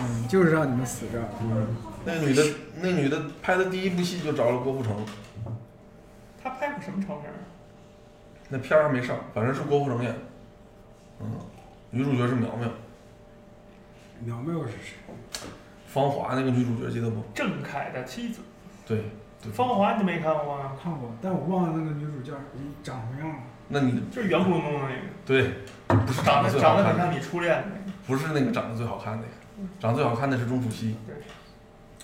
[SPEAKER 2] 嗯就是让你们死这儿。
[SPEAKER 1] 那女的，那女的拍的第一部戏就找了郭富城，
[SPEAKER 3] 他拍过什么长片儿？
[SPEAKER 1] 那片儿还没上，反正是郭富城演。嗯，女主角是苗苗，
[SPEAKER 2] 苗苗是谁？
[SPEAKER 1] 芳华那个女主角记得不？
[SPEAKER 3] 郑恺的妻子
[SPEAKER 1] 对，对。
[SPEAKER 3] 芳华，你都没看过吗？
[SPEAKER 2] 看过，但我忘了那个女主叫长什么样了。
[SPEAKER 1] 那你
[SPEAKER 3] 就是圆咕隆咚的那个，
[SPEAKER 1] 对，不是
[SPEAKER 3] 长
[SPEAKER 1] 得
[SPEAKER 3] 得
[SPEAKER 1] 最
[SPEAKER 3] 长
[SPEAKER 1] 好
[SPEAKER 3] 得很
[SPEAKER 1] 看
[SPEAKER 3] 像
[SPEAKER 1] 的，
[SPEAKER 3] 你初恋的那个。
[SPEAKER 1] 不是那个长得最好看的，长得最好看的是钟楚曦。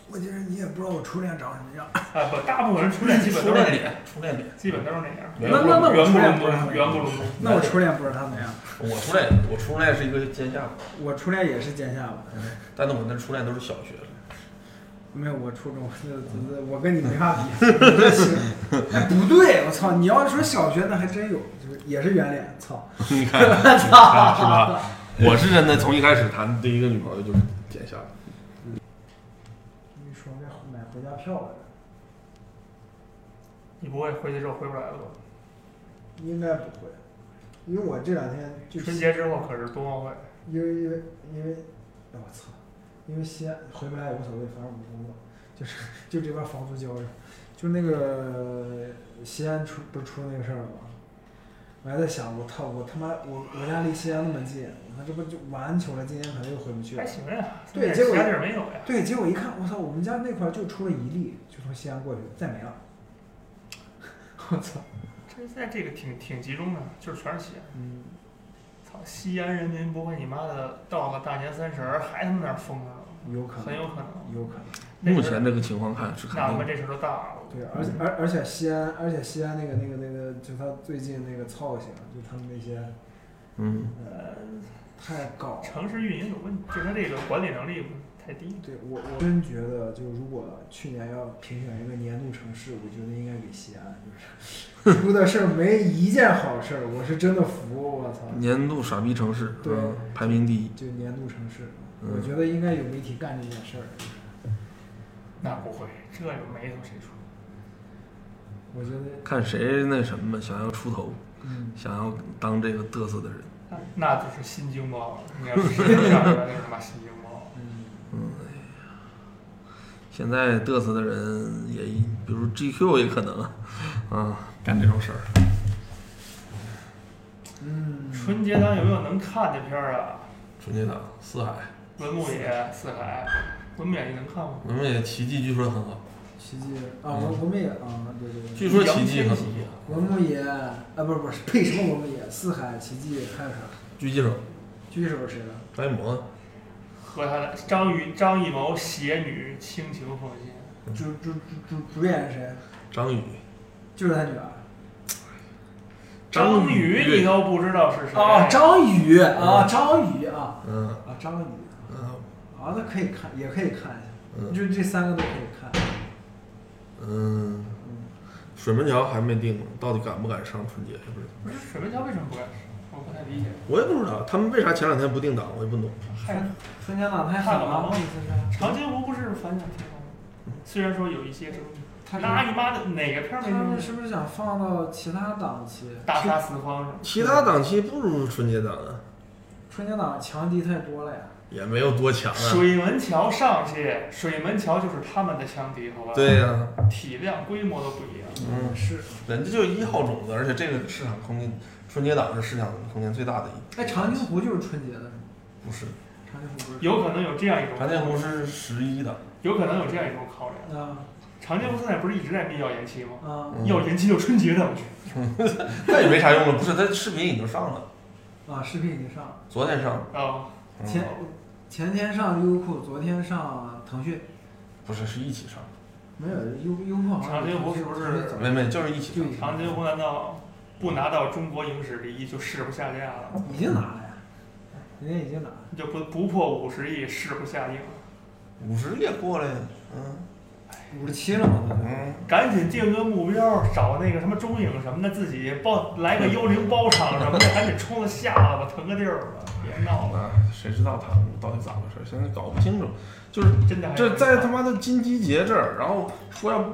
[SPEAKER 2] 我觉得你也不知道我初恋长什么样。
[SPEAKER 3] 啊不，大部分人初恋基本
[SPEAKER 1] 初
[SPEAKER 3] 都是
[SPEAKER 1] 恋
[SPEAKER 3] 那样，
[SPEAKER 1] 脸，初恋脸。
[SPEAKER 3] 基本都是那样。
[SPEAKER 1] 那
[SPEAKER 2] 那那我
[SPEAKER 3] 圆咕
[SPEAKER 2] 初恋
[SPEAKER 3] 隆
[SPEAKER 2] 不是他
[SPEAKER 3] 咚，
[SPEAKER 2] 们
[SPEAKER 3] 圆咕隆咚。
[SPEAKER 2] 那我初恋不知道她怎样，
[SPEAKER 1] 我初恋，我初恋是一个尖下巴，
[SPEAKER 2] 我初恋也是尖下巴。
[SPEAKER 1] 但是我那初恋都是小学生。
[SPEAKER 2] 没有，我初中，我我跟你没法 (laughs) 比。这行哎，不对，我操！你要说小学那还真有，就是也是圆脸，操！
[SPEAKER 1] (laughs) 你看，你看是吧？我是真的，从一开始谈的第一个女朋友就是尖下巴。
[SPEAKER 2] 你说买买回家票来着，
[SPEAKER 3] 你不会回去之后回不来了吧？
[SPEAKER 2] 应该不会，因为我这两天就
[SPEAKER 3] 春节之后可是冬奥会，
[SPEAKER 2] 因为因为因为，哎我操，因为西安回不来也无所谓，反正我工作，就是就这边房租交着，就那个西安出不是出那个事儿了吗？我还在想，我操，我他妈我我家离西安那么近，我这不就完球了，今年可能又回不去了
[SPEAKER 3] 还。行呀。
[SPEAKER 2] 对
[SPEAKER 3] 其
[SPEAKER 2] 结果
[SPEAKER 3] 他地儿没有呀。
[SPEAKER 2] 对，结果一看，我操，我们家那块儿就出了一例，就从西安过去，再没了。我操，
[SPEAKER 3] 这现在这个挺挺集中的，就是全是西安。
[SPEAKER 2] 嗯，
[SPEAKER 3] 操，西安人民不会你妈的到了大年三十儿还他妈那儿疯啊？
[SPEAKER 2] 有可能，
[SPEAKER 3] 很有可能。
[SPEAKER 2] 有可能。
[SPEAKER 3] 那
[SPEAKER 1] 目
[SPEAKER 3] 时候
[SPEAKER 1] 前这个情况看是肯
[SPEAKER 3] 那我
[SPEAKER 1] 定
[SPEAKER 3] 们这事儿都大了。
[SPEAKER 2] 对，而且而而且西安，而且西安那个那个那个，就他最近那个操性，就他们那些
[SPEAKER 1] 嗯，
[SPEAKER 3] 呃，
[SPEAKER 2] 太搞了。
[SPEAKER 3] 城市运营有问题，就是他这个管理能力太低。
[SPEAKER 2] 对我我真觉得，就如果去年要评选一个年度城市，我觉得应该给西安，就是出的事儿没一件好事儿，我是真的服，我操！
[SPEAKER 1] 年度傻逼城市，
[SPEAKER 2] 对
[SPEAKER 1] 嗯排名第一。
[SPEAKER 2] 就年度城市，
[SPEAKER 1] 嗯
[SPEAKER 2] 我觉得应该有媒体干这件事儿。就是
[SPEAKER 3] 那不会，这有眉头谁说？
[SPEAKER 2] 我觉得，
[SPEAKER 1] 看谁那什么想要出头，
[SPEAKER 2] 嗯，
[SPEAKER 1] 想要当这个嘚瑟的人，
[SPEAKER 3] 那就是新京报，你要是这样的话，那他妈新京报。
[SPEAKER 2] 嗯
[SPEAKER 1] 现在嘚瑟的人也，比如 GQ 也可能啊，啊，干这种事儿。
[SPEAKER 2] 嗯
[SPEAKER 3] 春节档有没有能看的片儿啊？
[SPEAKER 1] 春节档，四海，
[SPEAKER 3] 文牧野、四海，文牧野你能看吗？
[SPEAKER 1] 我们也奇迹据说很好，
[SPEAKER 2] 奇迹啊，文文牧野啊，对对对，
[SPEAKER 1] 据说奇迹很，
[SPEAKER 2] 文牧野啊，不是不是，配什么文牧野？四海奇迹还有啥？
[SPEAKER 1] 狙击手
[SPEAKER 2] 狙手是谁的？
[SPEAKER 1] 张艺谋，
[SPEAKER 3] 和他的张雨张艺谋《邪女倾情奉献》，
[SPEAKER 2] 主主主主主演是谁？
[SPEAKER 1] 张宇，
[SPEAKER 2] 就是他女儿。
[SPEAKER 3] 张宇你都不知道是谁
[SPEAKER 2] 哦，张宇啊，张宇啊
[SPEAKER 1] 嗯
[SPEAKER 2] 啊，张宇
[SPEAKER 1] 嗯
[SPEAKER 2] 啊，那可以看，也可以看一下，
[SPEAKER 1] 嗯
[SPEAKER 2] 就这三个都可以看。
[SPEAKER 1] 嗯，水门桥还没定呢，到底敢不敢上春节也不知道。
[SPEAKER 3] 不是水门桥为什么不敢上？我不太理解。
[SPEAKER 1] 我也不知道他们为啥前两天不定档，我也不懂。
[SPEAKER 3] 嗨，
[SPEAKER 2] 春节档太狠
[SPEAKER 3] 看了
[SPEAKER 2] 了
[SPEAKER 3] 吗，
[SPEAKER 2] 意思是，
[SPEAKER 3] 长津湖不是反响挺好吗？虽然说有一些什么，
[SPEAKER 2] 他
[SPEAKER 3] 那
[SPEAKER 2] 是
[SPEAKER 3] 你妈的哪个片儿
[SPEAKER 2] 他
[SPEAKER 3] 没那么
[SPEAKER 2] 们是不是想放到其他档期？
[SPEAKER 3] 大杀四方是吧？
[SPEAKER 1] 其他档期不如春节档啊，
[SPEAKER 2] 春节档强敌太多了呀。
[SPEAKER 1] 也没有多强啊。
[SPEAKER 3] 水门桥上去，水门桥就是他们的强敌，好吧？，
[SPEAKER 1] 对呀、
[SPEAKER 3] 体量规模都不一样。
[SPEAKER 1] 嗯，
[SPEAKER 2] 是，
[SPEAKER 1] 人家就一号种子，而且这个市场空间，春节档是市场空间最大的一，
[SPEAKER 2] 哎，长津湖就是春节的是吗？
[SPEAKER 1] 不是？
[SPEAKER 2] 长津湖不是？
[SPEAKER 3] 有可能有这样一种，
[SPEAKER 1] 长津湖是十一档，
[SPEAKER 3] 有可能有这样一种考量。
[SPEAKER 2] 啊
[SPEAKER 3] 长津湖现在不是一直在密要延期吗？
[SPEAKER 2] 啊
[SPEAKER 1] 嗯
[SPEAKER 3] 要延期到春节的，我去。
[SPEAKER 1] 那也没啥用了。不是，它视频已经上了，
[SPEAKER 2] 啊！视频已经上了，
[SPEAKER 1] 昨天上了，
[SPEAKER 3] 啊，
[SPEAKER 1] 嗯
[SPEAKER 2] 前前天上优酷，昨天上腾讯，
[SPEAKER 1] 不是是一起上的，
[SPEAKER 2] 没有优优酷好像
[SPEAKER 3] 长津湖是不是
[SPEAKER 2] 腾讯
[SPEAKER 1] 没没就是一起
[SPEAKER 2] 就
[SPEAKER 1] 上
[SPEAKER 2] 已经
[SPEAKER 3] 长津湖难道不拿到中国影史第一就誓不下架了？
[SPEAKER 2] 已经拿了呀？人家已经拿了。
[SPEAKER 3] 就不不破五十亿誓不下映，
[SPEAKER 1] 五十也过了呀。嗯
[SPEAKER 2] 五十七了嘛？
[SPEAKER 1] 嗯，
[SPEAKER 3] 赶紧定个目标，找那个什么中影什么的，自己包来个幽灵包场什
[SPEAKER 1] (laughs)
[SPEAKER 3] 么的，赶紧冲着下了吧，腾个地儿吧，别闹了，
[SPEAKER 1] 啊，谁知道他们到底咋回事？现在搞不清楚，就是
[SPEAKER 3] 真的还
[SPEAKER 1] 这在他妈的金鸡节这儿，然后说要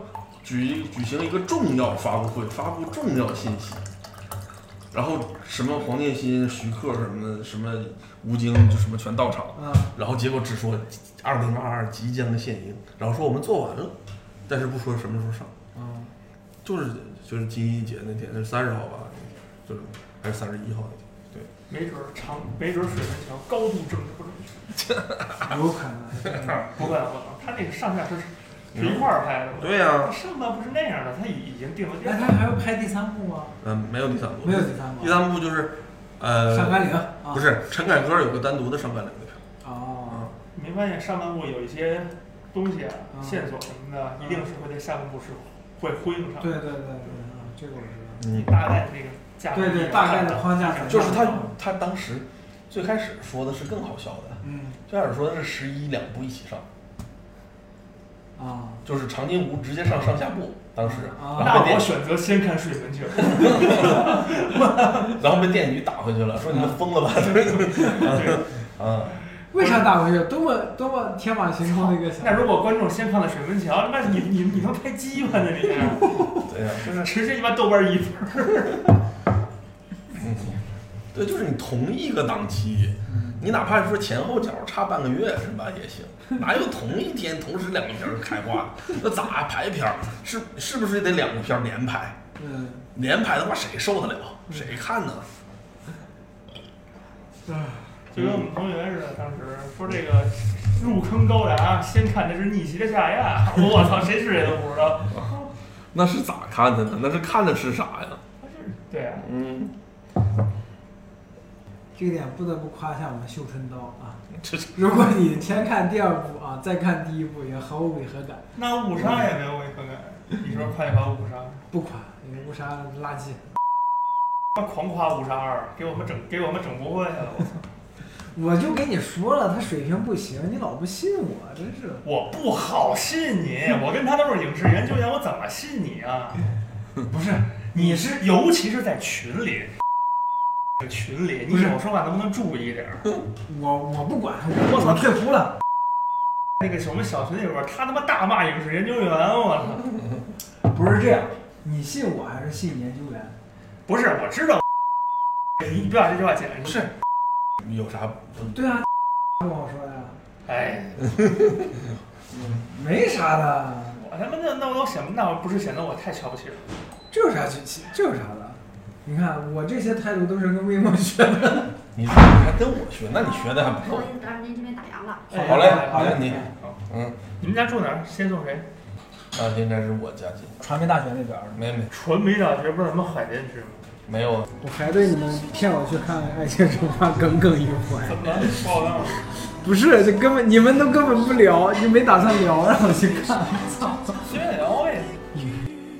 [SPEAKER 1] 举一举行一个重要发布会，发布重要信息，然后什么黄建新、徐克什么的，什么吴京就什么全到场，
[SPEAKER 2] 啊，
[SPEAKER 1] 然后结果只说二零二二即将现映，然后说我们做完了，但是不说什么时候上，
[SPEAKER 2] 嗯，
[SPEAKER 1] 就是就是金鸡节那天，那是三十号吧，就是还是三十一号那天。
[SPEAKER 3] 没准儿长，没准儿水门桥高度政治不正确，
[SPEAKER 2] 有可能。
[SPEAKER 1] (laughs)
[SPEAKER 3] 不可能不可能，他那个上下是是一块儿拍的，
[SPEAKER 1] 对呀、
[SPEAKER 3] 他上半部是那样的，他已已经定了调
[SPEAKER 2] 哎，，他还要拍第三部吗？
[SPEAKER 1] 嗯，没有第三部，
[SPEAKER 2] 没有第三部啊
[SPEAKER 1] 第。三部就是呃，
[SPEAKER 2] 上甘岭啊？
[SPEAKER 1] 不是嗯陈凯歌有个单独的上半两个片儿，啊
[SPEAKER 2] 哦，
[SPEAKER 3] 你没发现上半部有一些东西啊、
[SPEAKER 2] 嗯
[SPEAKER 3] 线索什么的，一定是会在下半部是会呼应上。
[SPEAKER 2] 对对对对对，啊，这个我知
[SPEAKER 1] 嗯，
[SPEAKER 3] 大概那个架
[SPEAKER 2] 道。
[SPEAKER 3] 构
[SPEAKER 2] 对对，大概的框架怎
[SPEAKER 3] 看
[SPEAKER 2] 样
[SPEAKER 3] 的
[SPEAKER 1] 就是他他当时最开始说的是更好笑的，
[SPEAKER 2] 嗯
[SPEAKER 1] 最开始说的是十一两部一起上，
[SPEAKER 2] 啊，
[SPEAKER 1] 就是长津湖直接上上下部，当时
[SPEAKER 2] 啊
[SPEAKER 1] 然后
[SPEAKER 3] 那
[SPEAKER 1] 被
[SPEAKER 3] 我
[SPEAKER 1] 电
[SPEAKER 3] 选择先看水门桥，
[SPEAKER 1] 然后被电影局打回去了，说你们疯了吧，啊，
[SPEAKER 2] 为啥打回去？多么多么天马行空的一个想
[SPEAKER 3] 那
[SPEAKER 2] 法。
[SPEAKER 3] 如果观众先看了水门桥，那你你你能拍鸡吗？那里 (laughs) 面
[SPEAKER 1] (laughs) 对呀，就是
[SPEAKER 3] 直接你把豆瓣一分。
[SPEAKER 1] 嗯对，就是你同一个档期。你哪怕说前后脚差半个月是吧也行，哪有同一天同时两个片儿开花的？那咋排片儿？是是不是得两个片儿连排？
[SPEAKER 2] 嗯，
[SPEAKER 1] 连排的话谁受得了？谁看呢？
[SPEAKER 3] 就跟我们同学似的，当时说这个入坑高达，先看的是逆袭的夏 (laughs) 亚，我操，谁是谁都不知道。
[SPEAKER 1] 那是咋看的呢？那是看的是啥呀？
[SPEAKER 3] 对啊，
[SPEAKER 1] 嗯，
[SPEAKER 2] 这个点不得不夸一下我们绣春刀啊。
[SPEAKER 1] 这是
[SPEAKER 2] 如果你先看第二部啊，再看第一部，也毫无违和感，
[SPEAKER 3] 那误杀也没有违和感，你说快把误杀。
[SPEAKER 2] 不夸，也无啥垃圾。
[SPEAKER 3] 他狂夸五杀二，给我们整给我们整不会了。我操！
[SPEAKER 2] 我就跟你说了，他水平不行，你老不信我，真是。
[SPEAKER 3] 我不好信你，我跟他都是影视研究员，我怎么信
[SPEAKER 1] (laughs)
[SPEAKER 3] 你啊？不是，你是尤其是在群里，群里，你
[SPEAKER 2] 不是
[SPEAKER 3] 我说话能不能注意点儿？
[SPEAKER 2] 我我不管，我我退服了。
[SPEAKER 3] 那个我们小群里边儿，他他妈大骂影视研究员，我操！
[SPEAKER 2] 不是这样，你信我还是信研究员？
[SPEAKER 3] 不是，我知道， (laughs) 你不要把这句话剪了。
[SPEAKER 1] 不是，有啥不？
[SPEAKER 2] 对啊，不好说呀，
[SPEAKER 3] 哎，
[SPEAKER 2] 没啥的，
[SPEAKER 3] 我他妈那那我都显那我不是显得我太瞧不起了。
[SPEAKER 2] 这有啥去？这有啥的？你看我这些态度都是跟魏梦学的。
[SPEAKER 1] 你还跟我学？那你学的还不
[SPEAKER 7] 不
[SPEAKER 1] 够
[SPEAKER 7] 好。意思，
[SPEAKER 3] 哎
[SPEAKER 7] 打扰您，这边打烊了。
[SPEAKER 1] 好嘞，
[SPEAKER 2] 好嘞
[SPEAKER 1] 你，嗯，
[SPEAKER 3] 你们家住哪儿？先送谁？
[SPEAKER 1] 大学应该是我家近，
[SPEAKER 2] 传媒大学那边儿。
[SPEAKER 1] 没没
[SPEAKER 3] 传媒大学不是咱们海淀区吗？
[SPEAKER 1] 没有啊，
[SPEAKER 2] 我还对你们骗我去看《爱情神话》耿耿于怀。
[SPEAKER 3] 怎么了？不好当了？
[SPEAKER 2] 不是，这根本你们都根本不聊，就没打算聊，让我去看。
[SPEAKER 3] 随便聊呗。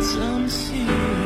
[SPEAKER 6] 怎消？